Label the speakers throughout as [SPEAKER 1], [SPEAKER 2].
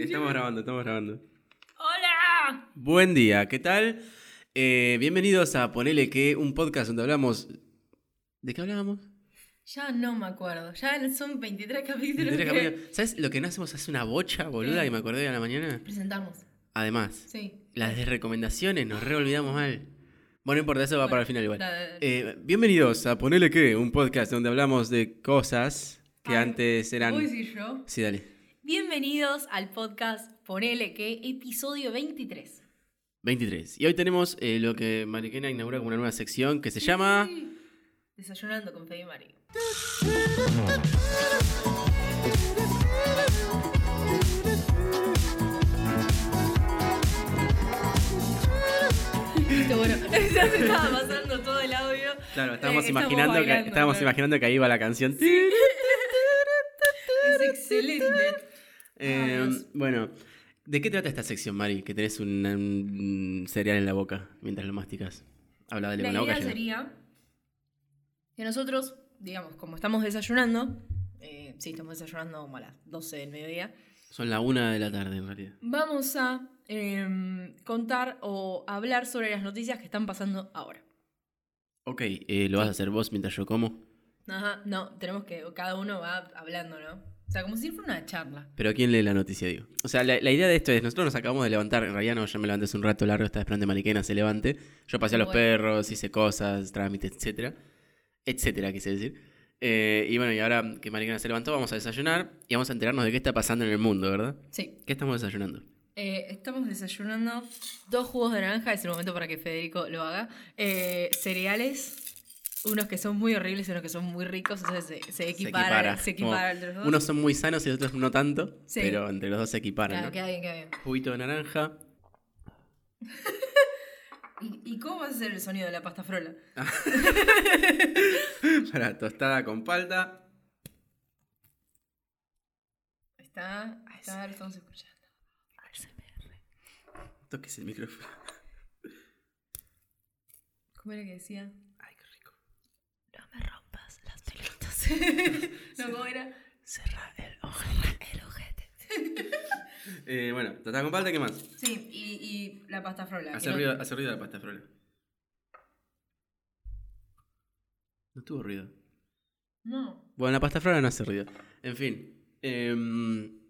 [SPEAKER 1] Estamos grabando, estamos grabando.
[SPEAKER 2] ¡Hola!
[SPEAKER 1] Buen día, ¿qué tal? Eh, bienvenidos a Ponele que un podcast donde hablamos. ¿De qué hablábamos?
[SPEAKER 2] Ya no me acuerdo. Ya son 23 capítulos.
[SPEAKER 1] Tendría que
[SPEAKER 2] que
[SPEAKER 1] haber- ¿Sabes lo que no hacemos hace una bocha, boluda?
[SPEAKER 2] ¿Qué?
[SPEAKER 1] Y me acordé de la mañana.
[SPEAKER 2] Presentamos.
[SPEAKER 1] Además,
[SPEAKER 2] Sí.
[SPEAKER 1] las de recomendaciones, nos re olvidamos mal. Bueno, no importa, eso va para el final igual.
[SPEAKER 2] La-
[SPEAKER 1] Eh, bienvenidos a Ponele que un podcast donde hablamos de cosas que
[SPEAKER 2] Ay,
[SPEAKER 1] antes eran.
[SPEAKER 2] Voy a decir yo.
[SPEAKER 1] Sí, dale.
[SPEAKER 2] Bienvenidos al podcast Ponele que, episodio 23.
[SPEAKER 1] 23. Y hoy tenemos eh, lo que Mariquena inaugura como una nueva sección que se llama.
[SPEAKER 2] Desayunando con Fede y Mari. Listo, bueno. Ya se estaba pasando todo el audio.
[SPEAKER 1] Claro,
[SPEAKER 2] Eh,
[SPEAKER 1] estábamos,
[SPEAKER 2] estamos
[SPEAKER 1] imaginando,
[SPEAKER 2] bailando,
[SPEAKER 1] que, estábamos
[SPEAKER 2] claro.
[SPEAKER 1] imaginando que ahí iba la canción.
[SPEAKER 2] Es excelente.
[SPEAKER 1] Eh,
[SPEAKER 2] Dios.
[SPEAKER 1] bueno, ¿de qué trata esta sección, Mari? Que tenés un, um, cereal en la boca mientras lo masticas. Habla dale
[SPEAKER 2] La
[SPEAKER 1] con la boca
[SPEAKER 2] idea
[SPEAKER 1] llena.
[SPEAKER 2] sería que nosotros, digamos, como estamos desayunando, eh, sí, estamos desayunando como a las 12 del mediodía,
[SPEAKER 1] Son la una de la tarde, en realidad.
[SPEAKER 2] vamos a em, contar o hablar sobre las noticias que están pasando ahora.
[SPEAKER 1] Ok, eh, lo vas a hacer vos mientras yo como.
[SPEAKER 2] Ajá, no, tenemos que, cada uno va hablando, ¿no? O sea, como si fuera una charla.
[SPEAKER 1] Pero ¿quién lee la noticia, digo? O sea, la, la idea de esto es, nosotros nos acabamos de levantar, en realidad no, yo me levanté hace un rato largo, estaba esperando que Mariquena se levante. Yo pasé a los
[SPEAKER 2] Bueno.
[SPEAKER 1] perros, hice cosas, trámites, etcétera. Etcétera, quise decir. Eh, y bueno, y ahora que Mariquena se levantó, vamos a desayunar y vamos a enterarnos de qué está pasando en el mundo, ¿verdad?
[SPEAKER 2] Sí,
[SPEAKER 1] ¿Qué estamos desayunando?
[SPEAKER 2] eh, estamos desayunando dos jugos de naranja, es el momento para que Federico lo haga, eh, cereales. Unos que son muy horribles y unos que son muy ricos, entonces se, se equipara, se
[SPEAKER 1] como
[SPEAKER 2] equipara entre los dos.
[SPEAKER 1] Unos son muy sanos y otros no tanto,
[SPEAKER 2] Sí.
[SPEAKER 1] pero entre los dos se equiparan.
[SPEAKER 2] Claro,
[SPEAKER 1] ¿no?
[SPEAKER 2] Ah, queda bien, queda bien.
[SPEAKER 1] Juguito de naranja.
[SPEAKER 2] ¿Y, y cómo vas a hacer el sonido de la pasta frola?
[SPEAKER 1] Para tostada con palta.
[SPEAKER 2] Está, está, lo estamos escuchando.
[SPEAKER 1] Toques el micrófono.
[SPEAKER 2] ¿Cómo era que decía?
[SPEAKER 1] Ay, qué rico.
[SPEAKER 2] No me rompas las pelotas. no, ¿cómo era?
[SPEAKER 1] Cerra el
[SPEAKER 2] El ojete.
[SPEAKER 1] Eh, bueno, tostada con palta, ¿qué más?
[SPEAKER 2] Sí, y, y la pasta frola. que
[SPEAKER 1] Hace
[SPEAKER 2] no-
[SPEAKER 1] ruido, hace ruido la pasta frola. No tuvo ruido.
[SPEAKER 2] No.
[SPEAKER 1] Bueno, la pasta frola no hace ruido. En fin. em,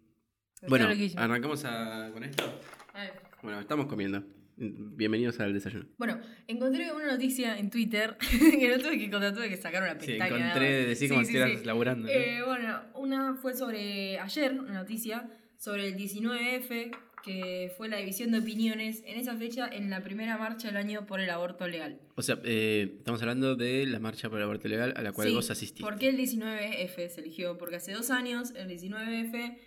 [SPEAKER 2] pero
[SPEAKER 1] bueno, ah,
[SPEAKER 2] está loquillo.
[SPEAKER 1] arrancamos a- con esto.
[SPEAKER 2] A ver.
[SPEAKER 1] Bueno, estamos comiendo. Bienvenidos al desayuno.
[SPEAKER 2] Bueno, encontré una noticia en Twitter que no tuve que contar, tuve que sacar una
[SPEAKER 1] Sí,
[SPEAKER 2] pestaña. nada
[SPEAKER 1] encontré de
[SPEAKER 2] más.
[SPEAKER 1] decir
[SPEAKER 2] Sí,
[SPEAKER 1] como
[SPEAKER 2] sí,
[SPEAKER 1] si estuvieras
[SPEAKER 2] sí.
[SPEAKER 1] laburando. ¿no?
[SPEAKER 2] Eh, bueno, una fue sobre ayer, una noticia, sobre el 19F, que fue la división de opiniones en esa fecha en la primera marcha del año por el aborto legal.
[SPEAKER 1] O sea, eh, estamos hablando de la marcha por el aborto legal a la cual
[SPEAKER 2] Sí,
[SPEAKER 1] vos asististe.
[SPEAKER 2] ¿Por qué el 19F se eligió? Porque hace dos años el 19F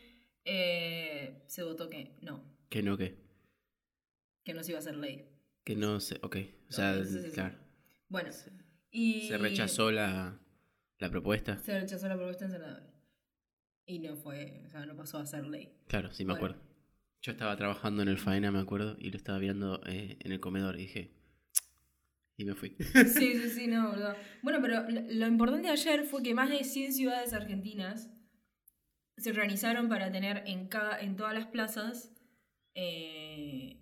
[SPEAKER 2] eh, se votó que no,
[SPEAKER 1] Que no, que.
[SPEAKER 2] que no se iba a hacer ley.
[SPEAKER 1] Que no sé. Ok. O sea,
[SPEAKER 2] Ok, sí, sí, sí.
[SPEAKER 1] claro.
[SPEAKER 2] Bueno, y...
[SPEAKER 1] Se rechazó la, la propuesta.
[SPEAKER 2] Se rechazó la propuesta en senadores. Y no fue, o sea, no pasó a ser ley.
[SPEAKER 1] Claro, sí, me
[SPEAKER 2] Bueno.
[SPEAKER 1] acuerdo. Yo estaba trabajando en el faena, me acuerdo, y lo estaba viendo eh, en el comedor y dije. Y me fui.
[SPEAKER 2] Sí, sí, sí, no, boludo. Bueno, pero lo lo importante de ayer fue que más de 100 ciudades argentinas se organizaron para tener en, cada, en todas las plazas eh,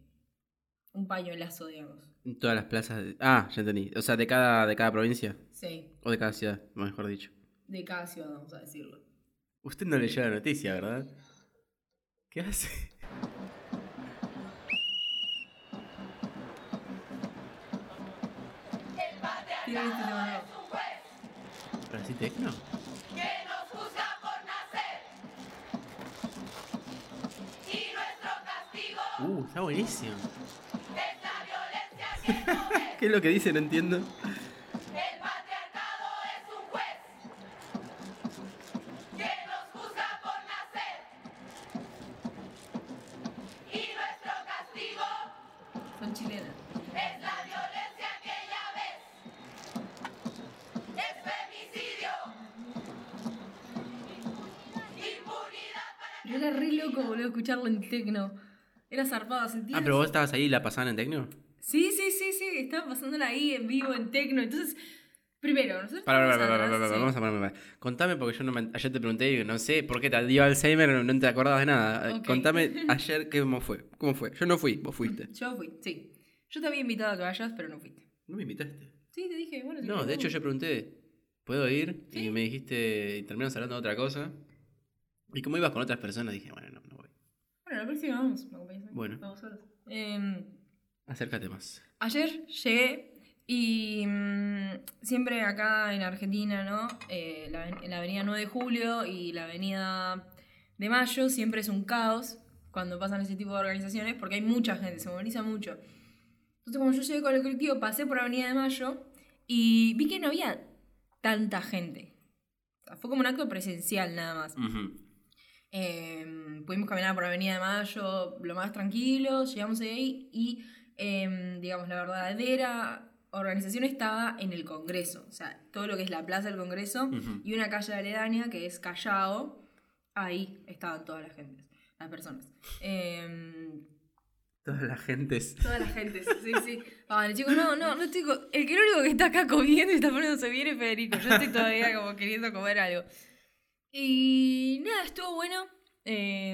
[SPEAKER 2] un pañuelazo, digamos.
[SPEAKER 1] En todas las plazas. de- Ah, ya entendí. O sea, de cada, de cada provincia.
[SPEAKER 2] Sí,
[SPEAKER 1] O de cada ciudad, mejor dicho.
[SPEAKER 2] de cada ciudad, vamos a decirlo.
[SPEAKER 1] Usted no leyó la noticia, ¿verdad? ¿Qué hace?
[SPEAKER 2] Tiene este tema nuevo.
[SPEAKER 1] ¿Pero así tecno?
[SPEAKER 3] que nos juzga por nacer. Y nuestro castigo
[SPEAKER 1] Uh, está buenísimo.
[SPEAKER 3] es la violencia que coge.
[SPEAKER 1] ¿Qué es lo que dice? No entiendo.
[SPEAKER 3] El patriarcado es un juez que nos juzga por nacer. Y nuestro castigo
[SPEAKER 2] Son chilenas.
[SPEAKER 3] es la violencia que ya ves. Es femicidio. Impunidad para
[SPEAKER 2] Pero era re loco, boludo, escucharlo en tecno. Era zarpado, sentías...
[SPEAKER 1] Ah, pero vos estabas ahí y la pasaban en tecno.
[SPEAKER 2] Sí, sí, sí, sí, estaba pasándola ahí en vivo, en tecno. Entonces, Primero, nosotros.
[SPEAKER 1] Pará, pará,
[SPEAKER 2] estamos
[SPEAKER 1] pará, pará,
[SPEAKER 2] atrás,
[SPEAKER 1] pará,
[SPEAKER 2] sí.
[SPEAKER 1] Vamos a parar, pará, pará. Contame, porque yo no me- ayer te pregunté y no sé por qué te dio Alzheimer, no, no te acordabas de nada. Eh,
[SPEAKER 2] Ok.
[SPEAKER 1] Contame ayer qué- cómo fue. ¿Cómo fue? Yo no fui, vos fuiste.
[SPEAKER 2] Yo fui, sí. Yo te había invitado a que vayas, pero no fuiste.
[SPEAKER 1] No me invitaste.
[SPEAKER 2] Sí, te dije, bueno. si
[SPEAKER 1] No,
[SPEAKER 2] querés
[SPEAKER 1] de hecho
[SPEAKER 2] vamos.
[SPEAKER 1] yo pregunté, ¿puedo ir?
[SPEAKER 2] Sí.
[SPEAKER 1] Y me dijiste, y terminamos hablando de otra cosa. Y como ibas con otras personas, dije, bueno, no, no voy.
[SPEAKER 2] Bueno, la próxima vamos. ¿Me acompañas?
[SPEAKER 1] Bueno.
[SPEAKER 2] Vamos solos. Em,
[SPEAKER 1] Acércate más.
[SPEAKER 2] Ayer llegué y mm, siempre acá en Argentina, ¿no? Eh, la, aven- la avenida 9 de julio y la avenida de mayo siempre es un caos cuando pasan ese tipo de organizaciones porque hay mucha gente, se moviliza mucho. Entonces cuando yo llegué con el colectivo pasé por la avenida de mayo y vi que no había tanta gente. O sea, Fue como un acto presencial nada más.
[SPEAKER 1] Ujú.
[SPEAKER 2] Eh, pudimos caminar por Avenida de Mayo lo más tranquilos, llegamos ahí y, eh, digamos, la verdadera organización estaba en el Congreso, o sea, todo lo que es la Plaza del Congreso
[SPEAKER 1] Ujú.
[SPEAKER 2] y una calle aledaña que es Callao, ahí estaban todas las gentes, las personas. Eh,
[SPEAKER 1] Toda la gente es...
[SPEAKER 2] Todas las gentes, sí, sí. Vale, chicos, no, no, no, chicos. El que el único que está acá comiendo y está poniéndose bien es Federico. Yo estoy todavía como queriendo comer algo. Y nada, estuvo bueno. eh,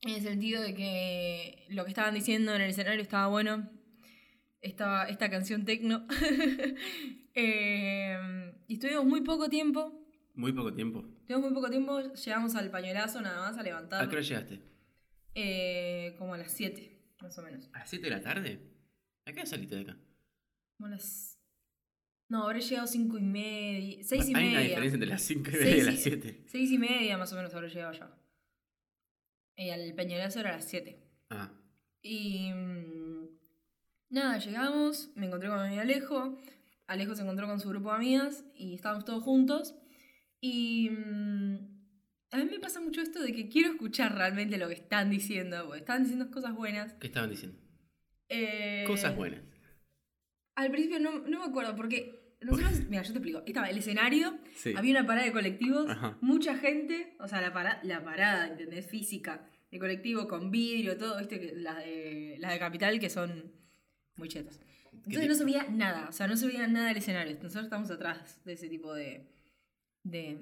[SPEAKER 2] en el sentido de que lo que estaban diciendo en el escenario estaba bueno. Estaba esta canción tecno. Eh, y estuvimos muy poco tiempo.
[SPEAKER 1] Muy poco tiempo.
[SPEAKER 2] Estuvimos muy poco tiempo. Llegamos al pañuelazo nada más a
[SPEAKER 1] ¿A qué hora
[SPEAKER 2] levantar.
[SPEAKER 1] llegaste?
[SPEAKER 2] eh, como a las 7, más o menos.
[SPEAKER 1] ¿A las 7 de la tarde? ¿A qué hora saliste de acá?
[SPEAKER 2] Como las- No, habré llegado cinco y media. Seis y
[SPEAKER 1] Hay
[SPEAKER 2] media.
[SPEAKER 1] una diferencia entre las 5 y
[SPEAKER 2] Seis
[SPEAKER 1] media y
[SPEAKER 2] y-
[SPEAKER 1] las 7.
[SPEAKER 2] Seis y media más o menos habré llegado ya. Y al peñolazo era a las siete.
[SPEAKER 1] Ah,
[SPEAKER 2] Y. mm, Nada, llegamos, me encontré con mi amigo Alejo. Alejo se encontró con su grupo de amigas y estábamos todos juntos. Y. mm, A mí me pasa mucho esto de que quiero escuchar realmente lo que están diciendo, porque están diciendo cosas buenas.
[SPEAKER 1] ¿qué estaban diciendo?
[SPEAKER 2] Eh,
[SPEAKER 1] Cosas buenas.
[SPEAKER 2] Al principio no, no me acuerdo, porque nosotros, mira, yo te explico, estaba el escenario,
[SPEAKER 1] Sí.
[SPEAKER 2] había una parada de colectivos,
[SPEAKER 1] Ajá.
[SPEAKER 2] mucha gente, o sea, la, para- la parada, ¿entendés? Física, de colectivo con vidrio, todo, viste, que las de, las de Capital que son muy chetas. Entonces
[SPEAKER 1] te-
[SPEAKER 2] no se veía nada, o sea, no se veía nada del escenario, nosotros estamos atrás de ese tipo de, de,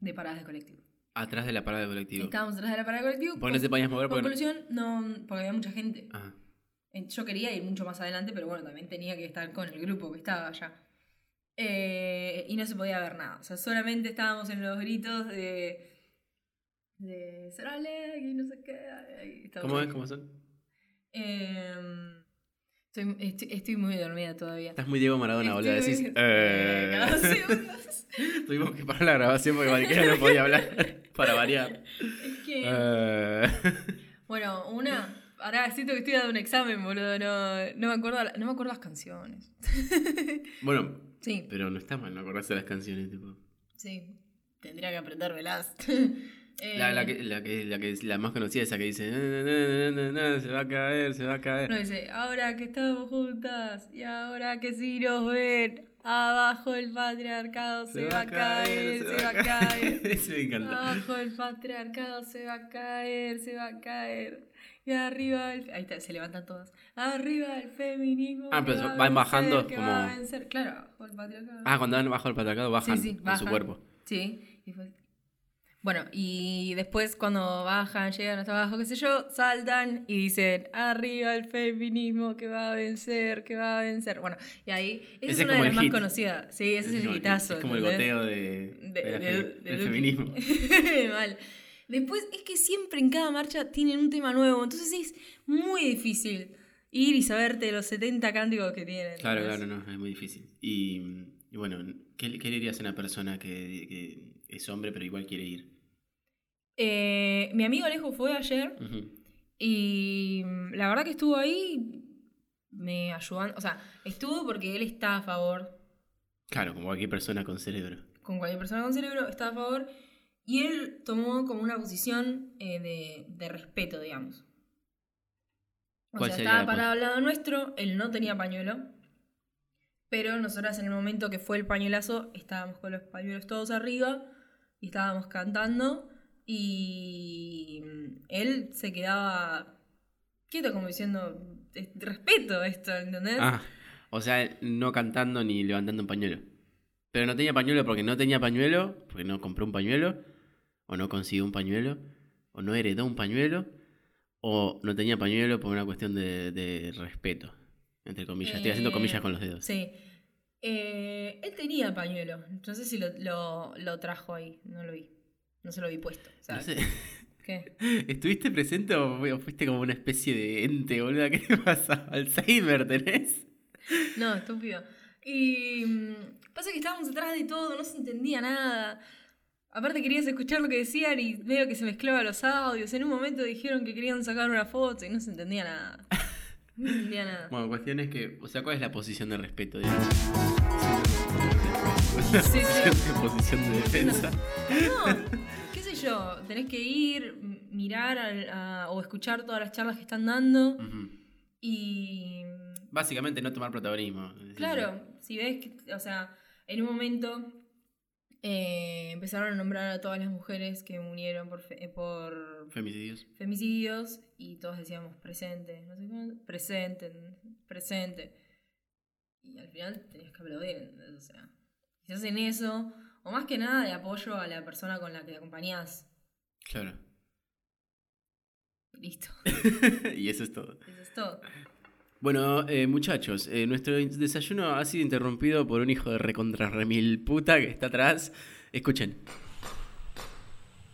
[SPEAKER 2] de paradas de colectivo.
[SPEAKER 1] Atrás de la parada de colectivo.
[SPEAKER 2] Estábamos atrás de la parada de colectivo.
[SPEAKER 1] Porque no te podías mover
[SPEAKER 2] Con-
[SPEAKER 1] porque... no-
[SPEAKER 2] conclusión, no, porque había mucha gente.
[SPEAKER 1] Ah,
[SPEAKER 2] Eh, Yo quería ir mucho más adelante, pero bueno, también tenía que estar con el grupo que estaba allá. Eh, y no se podía ver nada. O sea, solamente estábamos en los gritos de. de. Cerrale, y no sé qué. y estábamos
[SPEAKER 1] ¿Cómo
[SPEAKER 2] ahí.
[SPEAKER 1] es? ¿Cómo son?
[SPEAKER 2] Em, estoy, estoy, estoy muy dormida todavía.
[SPEAKER 1] Estás muy Diego Maradona, boludo.
[SPEAKER 2] Estoy
[SPEAKER 1] Decís...
[SPEAKER 2] muy-
[SPEAKER 1] "Eh".
[SPEAKER 2] No, sí, vos-
[SPEAKER 1] Tuvimos que parar la grabación porque cualquiera no podía hablar. Para variar.
[SPEAKER 2] es que-
[SPEAKER 1] Eh,
[SPEAKER 2] Bueno, una. Ahora siento que estoy dando un examen, boludo. No, no, me, acuerdo, la- no me acuerdo las canciones.
[SPEAKER 1] bueno,
[SPEAKER 2] Sí.
[SPEAKER 1] pero no está mal no acordarse de las canciones, tipo.
[SPEAKER 2] Sí, tendría que aprendérmelas. Eh,
[SPEAKER 1] La, la que, la, que, la que es la más conocida, esa que dice, "Na, na, na, na, na, na, se va a caer, se va a caer.
[SPEAKER 2] No dice, ahora que estamos juntas y ahora que sí nos ven, abajo el patriarcado se, va a caer, se va a caer. Ah.
[SPEAKER 1] Ese me encanta.
[SPEAKER 2] Abajo el patriarcado se va a caer, se va a caer. Y arriba el... Ahí está, se levantan todas. Arriba el feminismo.
[SPEAKER 1] Ah,
[SPEAKER 2] que
[SPEAKER 1] pero
[SPEAKER 2] va a
[SPEAKER 1] van bajando
[SPEAKER 2] vencer, que va a
[SPEAKER 1] como-
[SPEAKER 2] vencer. Claro, abajo el patriarcado.
[SPEAKER 1] Ah, cuando van bajo el patriarcado bajan
[SPEAKER 2] sí, sí,
[SPEAKER 1] con
[SPEAKER 2] bajan.
[SPEAKER 1] su cuerpo.
[SPEAKER 2] Sí. y fue- Bueno, y después cuando bajan, llegan hasta abajo, qué sé yo, saltan y dicen, arriba el feminismo que va a vencer, que va a vencer. Bueno, y ahí, esa
[SPEAKER 1] Ese es
[SPEAKER 2] es una
[SPEAKER 1] como
[SPEAKER 2] de
[SPEAKER 1] el
[SPEAKER 2] las
[SPEAKER 1] hit.
[SPEAKER 2] más conocidas. Sí, ese es, el
[SPEAKER 1] como el-
[SPEAKER 2] hitazo.
[SPEAKER 1] es como el
[SPEAKER 2] ¿entendés?
[SPEAKER 1] goteo de,
[SPEAKER 2] De-
[SPEAKER 1] de la fe-
[SPEAKER 2] de- de
[SPEAKER 1] del
[SPEAKER 2] Duki.
[SPEAKER 1] feminismo.
[SPEAKER 2] Mal. Después es que siempre en cada marcha tienen un tema nuevo, entonces es muy difícil ir y saberte los 70 cánticos que tienen.
[SPEAKER 1] Claro,
[SPEAKER 2] ¿entendés?
[SPEAKER 1] claro, no, es muy difícil. Y, y bueno, ¿qué, le- qué le dirías a una persona que, que es hombre pero igual quiere ir?
[SPEAKER 2] Eh, mi amigo Alejo fue ayer
[SPEAKER 1] Ujú.
[SPEAKER 2] Y mm, la verdad que estuvo ahí me ayudando, o sea, estuvo porque él está a favor,
[SPEAKER 1] Claro, como cualquier persona con cerebro.
[SPEAKER 2] con cualquier persona con cerebro, está a favor, y él tomó como una posición eh, de, de respeto, digamos. O
[SPEAKER 1] ¿Cuál
[SPEAKER 2] sea,
[SPEAKER 1] sería
[SPEAKER 2] estaba
[SPEAKER 1] la pos-
[SPEAKER 2] parado al lado nuestro, él no tenía pañuelo, pero nosotras en el momento que fue el pañuelazo estábamos con los pañuelos todos arriba y estábamos cantando y mm, él se quedaba quieto como diciendo, "Es- respeto esto, ¿entendés?
[SPEAKER 1] Ah, o sea, no cantando ni levantando un pañuelo. Pero no tenía pañuelo porque no tenía pañuelo, porque no compró un pañuelo, o no consiguió un pañuelo, o no heredó un pañuelo, o no tenía pañuelo por una cuestión de, de respeto. Entre comillas, estoy haciendo
[SPEAKER 2] Eh,
[SPEAKER 1] comillas con los dedos.
[SPEAKER 2] Sí. Eh, él tenía pañuelo. No sé si lo, lo- lo trajo ahí. No lo vi. No se lo vi puesto.
[SPEAKER 1] No
[SPEAKER 2] ¿sabes?
[SPEAKER 1] sé,
[SPEAKER 2] ¿Qué?
[SPEAKER 1] ¿Estuviste presente o fu- fuiste como una especie de ente, boluda? ¿Qué te pasa? ¿Alzheimer tenés?
[SPEAKER 2] No, estúpido. Y mm, pasa que estábamos atrás de todo, no se entendía nada. Aparte querías escuchar lo que decían y veo que se mezclaba los audios. En un momento dijeron que querían sacar una foto y no se entendía nada. No se entendía nada.
[SPEAKER 1] Bueno, cuestión es que, o sea, ¿cuál es la posición de respeto? Digamos?
[SPEAKER 2] Sí, sí.
[SPEAKER 1] posición de defensa.
[SPEAKER 2] No, qué sé yo, tenés que ir, m- mirar al- a- o escuchar todas las charlas que están dando
[SPEAKER 1] Ujú.
[SPEAKER 2] y
[SPEAKER 1] Básicamente no tomar protagonismo. Es decir,
[SPEAKER 2] Claro, si ves que, o sea, en un momento eh, empezaron a nombrar a todas las mujeres que murieron por, fe- eh, por
[SPEAKER 1] Femicidios.
[SPEAKER 2] femicidios y todos decíamos presente, no sé cómo, presente, presente. Y al final tenías que aplaudir, ¿entendés? o sea, si hacen eso, o más que nada de apoyo a la persona con la que te acompañás,
[SPEAKER 1] Claro.
[SPEAKER 2] listo,
[SPEAKER 1] y eso es todo.
[SPEAKER 2] eso es todo.
[SPEAKER 1] Bueno, eh, muchachos, eh, nuestro in- desayuno ha sido interrumpido por un hijo de recontra remil puta que está atrás. Escuchen.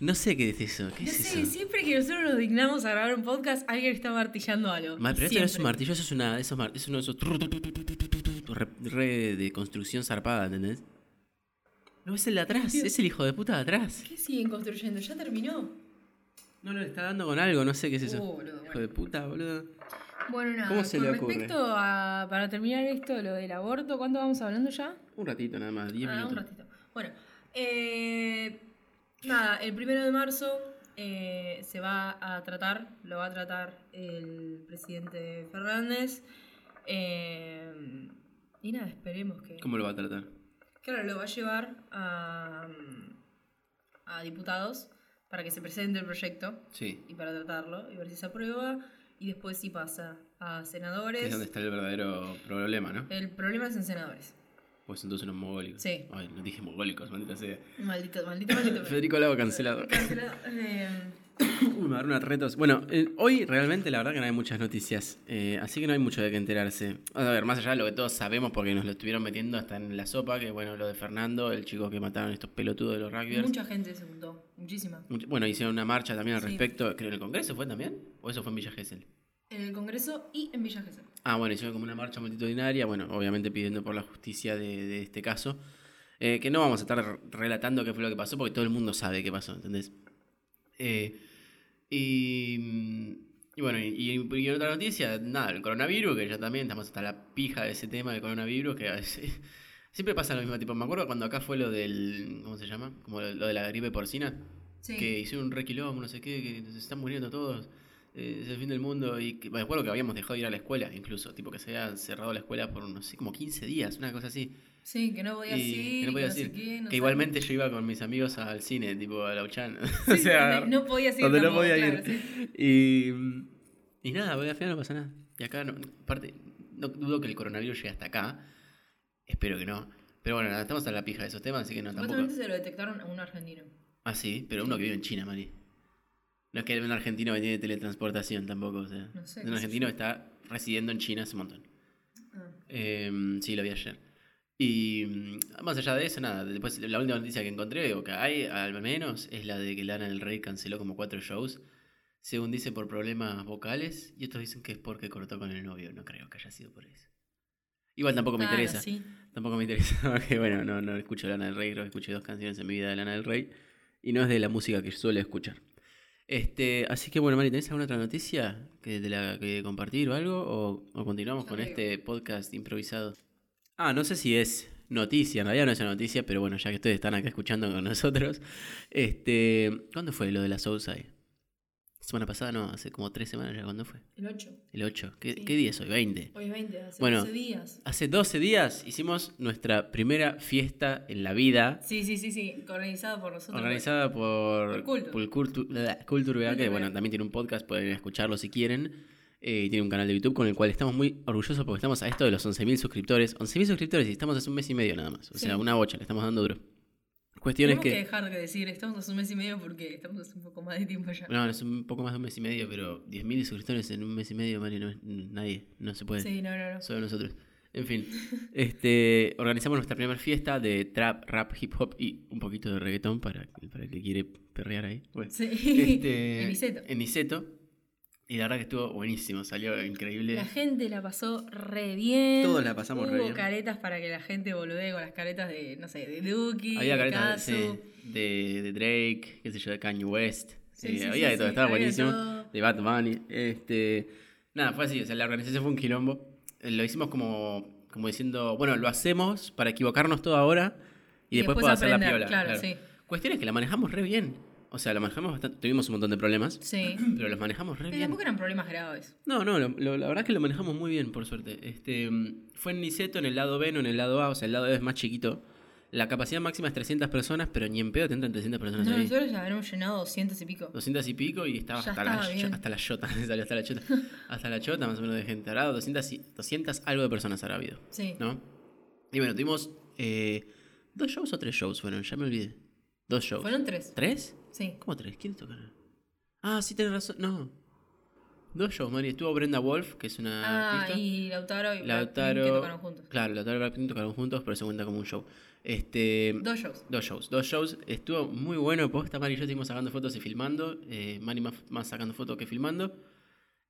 [SPEAKER 1] No sé qué es eso. ¿Qué
[SPEAKER 2] No
[SPEAKER 1] es
[SPEAKER 2] sé,
[SPEAKER 1] eso?
[SPEAKER 2] siempre que nosotros nos dignamos a grabar un podcast, alguien está martillando algo.
[SPEAKER 1] Ma- pero esto no es un
[SPEAKER 2] Siempre.
[SPEAKER 1] martillo, eso es una. Eso es, mar- es uno de esos. tru- tru- tru- tru- tru- tru- tru- tru- re, re de construcción zarpada, ¿entendés? No, es el de atrás,
[SPEAKER 2] Dios.
[SPEAKER 1] es el hijo de puta de atrás.
[SPEAKER 2] ¿Qué siguen construyendo? ¿Ya terminó?
[SPEAKER 1] No, no, le está dando con algo, no sé qué es eso.
[SPEAKER 2] Uh, boludo,
[SPEAKER 1] Hijo de puta, boludo.
[SPEAKER 2] Bueno, nada,
[SPEAKER 1] ¿Cómo se
[SPEAKER 2] con
[SPEAKER 1] le ocurre?
[SPEAKER 2] respecto a, para terminar esto, lo del aborto, ¿cuánto vamos hablando ya?
[SPEAKER 1] Un ratito nada más, 10
[SPEAKER 2] Ah, un
[SPEAKER 1] minutos.
[SPEAKER 2] ratito. Bueno, eh, nada, el primero de marzo eh, se va a tratar, lo va a tratar el presidente Fernández. eh, y nada, esperemos que...
[SPEAKER 1] ¿Cómo lo va a tratar?
[SPEAKER 2] Claro, lo va a llevar a, a diputados para que se presente el proyecto
[SPEAKER 1] Sí.
[SPEAKER 2] y para tratarlo y ver si se aprueba y después si pasa a
[SPEAKER 1] Que es donde
[SPEAKER 2] senadores.
[SPEAKER 1] está el verdadero problema, ¿no?
[SPEAKER 2] El problema es en senadores.
[SPEAKER 1] Pues son todos unos mogólicos.
[SPEAKER 2] Eh. Sí.
[SPEAKER 1] Ay, no dije mogólicos, maldita sea.
[SPEAKER 2] Maldito, maldito, maldito.
[SPEAKER 1] Federico Lago cancelado.
[SPEAKER 2] Cancelado. Eh,
[SPEAKER 1] Uy, me agarró una retos. Bueno, eh, hoy realmente la verdad que no hay muchas noticias, eh, así que no hay mucho de qué enterarse. A ver, más allá de lo que todos sabemos porque nos lo estuvieron metiendo hasta en la sopa, que bueno, lo de Fernando, el chico que mataron estos pelotudos de los rugbyers.
[SPEAKER 2] mucha gente se juntó, muchísima.
[SPEAKER 1] Mucho- Bueno, hicieron una marcha también al
[SPEAKER 2] Sí.
[SPEAKER 1] respecto, creo en el Congreso fue también, o eso fue en Villa Gesell.
[SPEAKER 2] En el Congreso y en Villa Gesell.
[SPEAKER 1] Ah, bueno, hicieron como una marcha multitudinaria, bueno, obviamente pidiendo por la justicia de, de este caso. Eh, que no vamos a estar relatando qué fue lo que pasó, porque todo el mundo sabe qué pasó, ¿entendés? Eh, y, y bueno, y, y- y otra noticia, nada, el coronavirus, que ya también estamos hasta la pija de ese tema del coronavirus, que a veces- siempre pasa lo mismo, tipo, me acuerdo cuando acá fue lo del, ¿cómo se llama? Como lo, lo de la gripe porcina
[SPEAKER 2] Sí.
[SPEAKER 1] que hicieron un re quilombo, no sé qué, que se están muriendo todos, eh, es el fin del mundo, y que, me acuerdo que habíamos dejado de ir a la escuela, incluso, tipo que se había cerrado la escuela por, no sé, como 15 días, una cosa así.
[SPEAKER 2] Sí, que no podía
[SPEAKER 1] Y
[SPEAKER 2] decir.
[SPEAKER 1] que no podía
[SPEAKER 2] sé
[SPEAKER 1] decir,
[SPEAKER 2] qué, no
[SPEAKER 1] que
[SPEAKER 2] sé.
[SPEAKER 1] igualmente yo iba con mis amigos al cine, tipo a la Uchan. o
[SPEAKER 2] Sí,
[SPEAKER 1] sea,
[SPEAKER 2] donde no podía decir.
[SPEAKER 1] donde no
[SPEAKER 2] tampoco,
[SPEAKER 1] podía
[SPEAKER 2] claro,
[SPEAKER 1] ir.
[SPEAKER 2] sí.
[SPEAKER 1] Y, y nada, porque al final no pasa nada. Y acá, no, aparte, no dudo que el coronavirus llegue hasta acá, espero que no. Pero bueno, nada, estamos a la pija de esos temas, así que no tampoco.
[SPEAKER 2] Supuestamente se lo detectaron a un argentino.
[SPEAKER 1] Ah, sí, pero uno que vive en China, Mari. No es que un argentino que tiene teletransportación tampoco, o sea.
[SPEAKER 2] No sé, qué sé
[SPEAKER 1] un argentino que está residiendo en China hace un montón.
[SPEAKER 2] Ah.
[SPEAKER 1] Em, sí, lo vi ayer. Y mm, más allá de eso, nada. Después, la última noticia que encontré, o que hay al menos, es la de que Lana del Rey canceló como cuatro shows. Según dice, por problemas vocales. Y otros dicen que es porque cortó con el novio. No creo que haya sido por eso. Igual tampoco me
[SPEAKER 2] Ah,
[SPEAKER 1] interesa.
[SPEAKER 2] Sí.
[SPEAKER 1] Tampoco me interesa, porque bueno, no, no escucho Lana del Rey, creo que escuché dos canciones en mi vida de Lana del Rey. Y no es de la música que yo suelo escuchar. Este, así que bueno, Mari, ¿tenés alguna otra noticia que, de la que compartir o algo? ¿O, o continuamos
[SPEAKER 2] Ya
[SPEAKER 1] con
[SPEAKER 2] te digo.
[SPEAKER 1] este podcast improvisado? Ah, no sé si es noticia, en realidad no es una noticia, pero bueno, ya que ustedes están acá escuchando con nosotros. Este, ¿cuándo fue lo de la Southside? Semana pasada, no, hace como tres semanas ya, ¿cuándo fue?
[SPEAKER 2] El 8.
[SPEAKER 1] El 8. ¿Qué,
[SPEAKER 2] Sí.
[SPEAKER 1] ¿qué día es hoy? 20.
[SPEAKER 2] Hoy es 20, hace
[SPEAKER 1] Bueno.
[SPEAKER 2] 12 días.
[SPEAKER 1] Hace 12 días hicimos nuestra primera fiesta en la vida,
[SPEAKER 2] Sí, sí, sí, sí. Organizado por nosotros.
[SPEAKER 1] organizada
[SPEAKER 2] Por
[SPEAKER 1] por,
[SPEAKER 2] Cultur.
[SPEAKER 1] por Cultu- Cultur BA, que
[SPEAKER 2] Cultur
[SPEAKER 1] bueno,
[SPEAKER 2] BA.
[SPEAKER 1] también tiene un podcast, pueden escucharlo si quieren. eh, y tiene un canal de YouTube con el cual estamos muy orgullosos porque estamos a esto de los 11.000 suscriptores. 11.000 suscriptores y estamos hace un mes y medio nada más. O sea,
[SPEAKER 2] Sí.
[SPEAKER 1] una bocha, le estamos dando duro. Cuestiones
[SPEAKER 2] Tenemos
[SPEAKER 1] que...
[SPEAKER 2] que... dejar de decir, estamos hace un mes y medio porque estamos hace un poco más de tiempo ya.
[SPEAKER 1] No, no, es un poco más de un mes y medio, pero 10.000 suscriptores en un mes y medio, Mari, no es nadie. No se puede.
[SPEAKER 2] sí, no, no, no.
[SPEAKER 1] Solo nosotros. En fin, este, organizamos nuestra primera fiesta de trap, rap, hip hop y un poquito de reggaetón para, para el que quiere perrear ahí. Bueno.
[SPEAKER 2] Sí.
[SPEAKER 1] Este,
[SPEAKER 2] En Niceto.
[SPEAKER 1] En Niceto. Y la verdad que estuvo buenísimo, salió increíble.
[SPEAKER 2] La gente la pasó re bien.
[SPEAKER 1] Todos la pasamos re
[SPEAKER 2] Hubo
[SPEAKER 1] bien.
[SPEAKER 2] caretas para que la gente boludee con las caretas de, no sé, de Duki,
[SPEAKER 1] Había
[SPEAKER 2] de
[SPEAKER 1] caretas
[SPEAKER 2] Kazu.
[SPEAKER 1] sí, de, de Drake, qué sé yo, de Kanye West.
[SPEAKER 2] Sí,
[SPEAKER 1] eh,
[SPEAKER 2] sí,
[SPEAKER 1] había
[SPEAKER 2] sí,
[SPEAKER 1] de todo,
[SPEAKER 2] sí, había
[SPEAKER 1] estaba
[SPEAKER 2] de
[SPEAKER 1] buenísimo.
[SPEAKER 2] todo.
[SPEAKER 1] De Bad Bunny. Este, nada, fue así, o sea, la organización fue un quilombo. Eh, Lo hicimos como, como diciendo, bueno, lo hacemos para equivocarnos todo ahora y, después, puedo hacer la piola.
[SPEAKER 2] aprender, Claro, sí.
[SPEAKER 1] Cuestión es que la manejamos re bien. O sea, la manejamos bastante, tuvimos un montón de problemas,
[SPEAKER 2] Sí.
[SPEAKER 1] pero los manejamos re
[SPEAKER 2] Pero
[SPEAKER 1] bien.
[SPEAKER 2] tampoco eran problemas graves.
[SPEAKER 1] No, no, lo- lo- la verdad es que lo manejamos muy bien, por suerte. Este, mm, fue en Niceto, en el lado B, no en el lado A, o sea, el lado B es más chiquito. La capacidad máxima es 300 personas, pero ni en pedo te entran 300 personas
[SPEAKER 2] No,
[SPEAKER 1] ahí.
[SPEAKER 2] nosotros ya habremos llenado 200 y pico.
[SPEAKER 1] 200 y pico y estaba
[SPEAKER 2] Ya
[SPEAKER 1] hasta, la,
[SPEAKER 2] estaba
[SPEAKER 1] cho-
[SPEAKER 2] bien.
[SPEAKER 1] hasta la chota, salió hasta la chota. Hasta la chota, más o menos de gente. Habrá 200, y- 200 algo de personas habrá habido,
[SPEAKER 2] Sí.
[SPEAKER 1] ¿no? Y bueno, tuvimos eh, dos shows o tres shows fueron, ya me olvidé. Dos shows.
[SPEAKER 2] Fueron tres.
[SPEAKER 1] ¿Tres?
[SPEAKER 2] Sí.
[SPEAKER 1] ¿Cómo tres? ¿Quiénes tocaron? Ah, sí, tenés razón. No. Dos shows, Mari. Estuvo Brenda Wolf, que es una
[SPEAKER 2] Ah,
[SPEAKER 1] artista.
[SPEAKER 2] y Lautaro y Brad Pitt
[SPEAKER 1] Lautaro.
[SPEAKER 2] que tocaron juntos.
[SPEAKER 1] Claro, Lautaro y Brad Pitt tocaron juntos, pero se cuenta como un show. Este,
[SPEAKER 2] Dos shows.
[SPEAKER 1] dos shows, dos shows. Estuvo muy bueno. Posta, Mari y yo estuvimos sacando fotos y filmando. Eh, Mari más, más sacando fotos que filmando.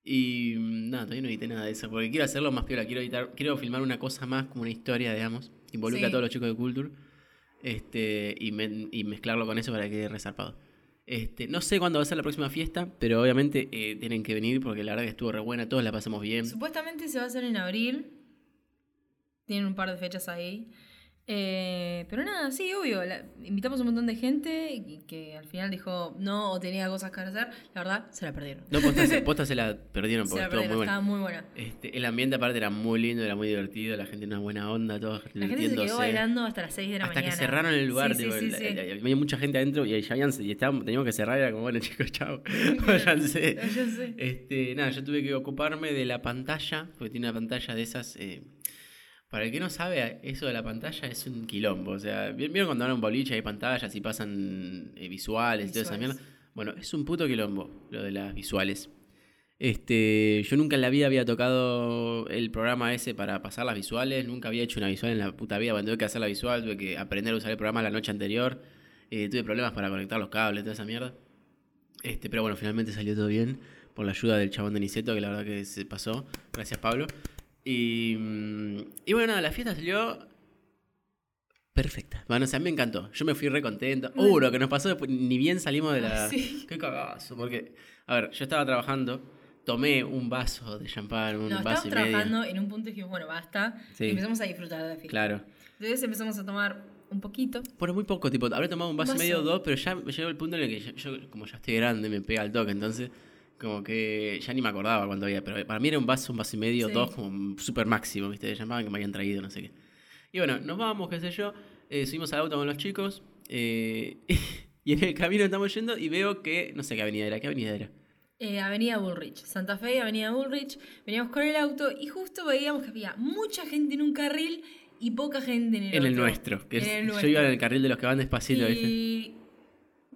[SPEAKER 1] Y mm, nada, todavía no edité nada de eso. Porque quiero hacerlo más piola. Quiero editar, quiero filmar una cosa más, como una historia, digamos. que Involucra
[SPEAKER 2] Sí.
[SPEAKER 1] a todos los chicos de Culture. Este, y, men- y mezclarlo con eso para que quede resarpado. Este, no sé cuándo va a ser la próxima fiesta, pero obviamente eh, tienen que venir porque la verdad que estuvo re buena, todos la pasamos bien.
[SPEAKER 2] Supuestamente se va a hacer en abril. Tienen un par de fechas ahí. Eh, pero nada, sí, obvio. la- invitamos un montón de gente y que al final dijo no o tenía cosas que hacer. La verdad, se la perdieron.
[SPEAKER 1] No, posta, se- posta se la perdieron
[SPEAKER 2] se
[SPEAKER 1] porque
[SPEAKER 2] la
[SPEAKER 1] estuvo
[SPEAKER 2] perdieron,
[SPEAKER 1] muy bueno.
[SPEAKER 2] estaba muy buena.
[SPEAKER 1] Este, el ambiente aparte era muy lindo, era muy divertido, la gente era una buena onda,
[SPEAKER 2] La
[SPEAKER 1] todos
[SPEAKER 2] gente se quedó
[SPEAKER 1] divirtiéndose.
[SPEAKER 2] bailando hasta las 6 de la
[SPEAKER 1] Hasta
[SPEAKER 2] mañana.
[SPEAKER 1] que cerraron el lugar,
[SPEAKER 2] Sí,
[SPEAKER 1] digo,
[SPEAKER 2] sí,
[SPEAKER 1] la-
[SPEAKER 2] sí, sí.
[SPEAKER 1] la- había mucha gente adentro y ya habían, y estábamos- teníamos que cerrar, era como, bueno chicos, chao, váyanse.
[SPEAKER 2] Yo sé.
[SPEAKER 1] Este, nada, yo tuve que ocuparme de la pantalla, porque tiene una pantalla de esas. eh, para el que no sabe, eso de la pantalla es un quilombo. O sea, ¿vi- ¿vieron cuando hablan boliche hay pantallas y pasan eh, visuales y toda esa
[SPEAKER 2] Visuales.
[SPEAKER 1] mierda? Bueno, es un puto quilombo lo de las visuales. Este, yo nunca en la vida había tocado el programa ese para pasar las visuales, nunca había hecho una visual en la puta vida, cuando tuve que hacer la visual, tuve que aprender a usar el programa la noche anterior, eh, tuve problemas para conectar los cables, toda esa mierda. Este, pero bueno, finalmente salió todo bien por la ayuda del chabón de Niceto, que la verdad que se pasó. Gracias, Pablo. Y, mm, y bueno, nada, la fiesta salió perfecta. Bueno, o sea, a mí me encantó. Yo me fui re contento. Uh, lo que nos pasó, después, ni bien salimos de la...
[SPEAKER 2] Ah, sí.
[SPEAKER 1] Qué cagazo, porque... A ver, yo estaba trabajando, tomé un vaso de champán, un
[SPEAKER 2] No, estábamos
[SPEAKER 1] vaso y medio.
[SPEAKER 2] trabajando en un punto y dijimos, bueno, basta.
[SPEAKER 1] Sí.
[SPEAKER 2] Y empezamos a disfrutar de la fiesta.
[SPEAKER 1] Claro.
[SPEAKER 2] Entonces empezamos a tomar un poquito.
[SPEAKER 1] Por muy poco, tipo, habré tomado un vaso, y
[SPEAKER 2] Vaso.
[SPEAKER 1] medio o dos, pero ya me llegó el punto en el que yo, yo, como ya estoy grande, me pega el toque, entonces como que ya ni me acordaba cuando había, pero para mí era un vaso, un vaso y medio,
[SPEAKER 2] Sí.
[SPEAKER 1] dos, como súper máximo, ¿viste? De champán que me habían traído, no sé qué. Y bueno, nos vamos, qué sé yo, eh, subimos al auto con los chicos, eh, y en el camino estamos yendo y veo que, no sé qué avenida era, qué avenida era.
[SPEAKER 2] Eh, Avenida Bullrich, Santa Fe, Avenida Bullrich. Veníamos con el auto y justo veíamos que había mucha gente en un carril y poca gente en el
[SPEAKER 1] En el
[SPEAKER 2] otro.
[SPEAKER 1] nuestro, que
[SPEAKER 2] En
[SPEAKER 1] es-
[SPEAKER 2] el
[SPEAKER 1] yo
[SPEAKER 2] nuestro.
[SPEAKER 1] iba en el carril de los que van despacito, ¿viste?
[SPEAKER 2] Y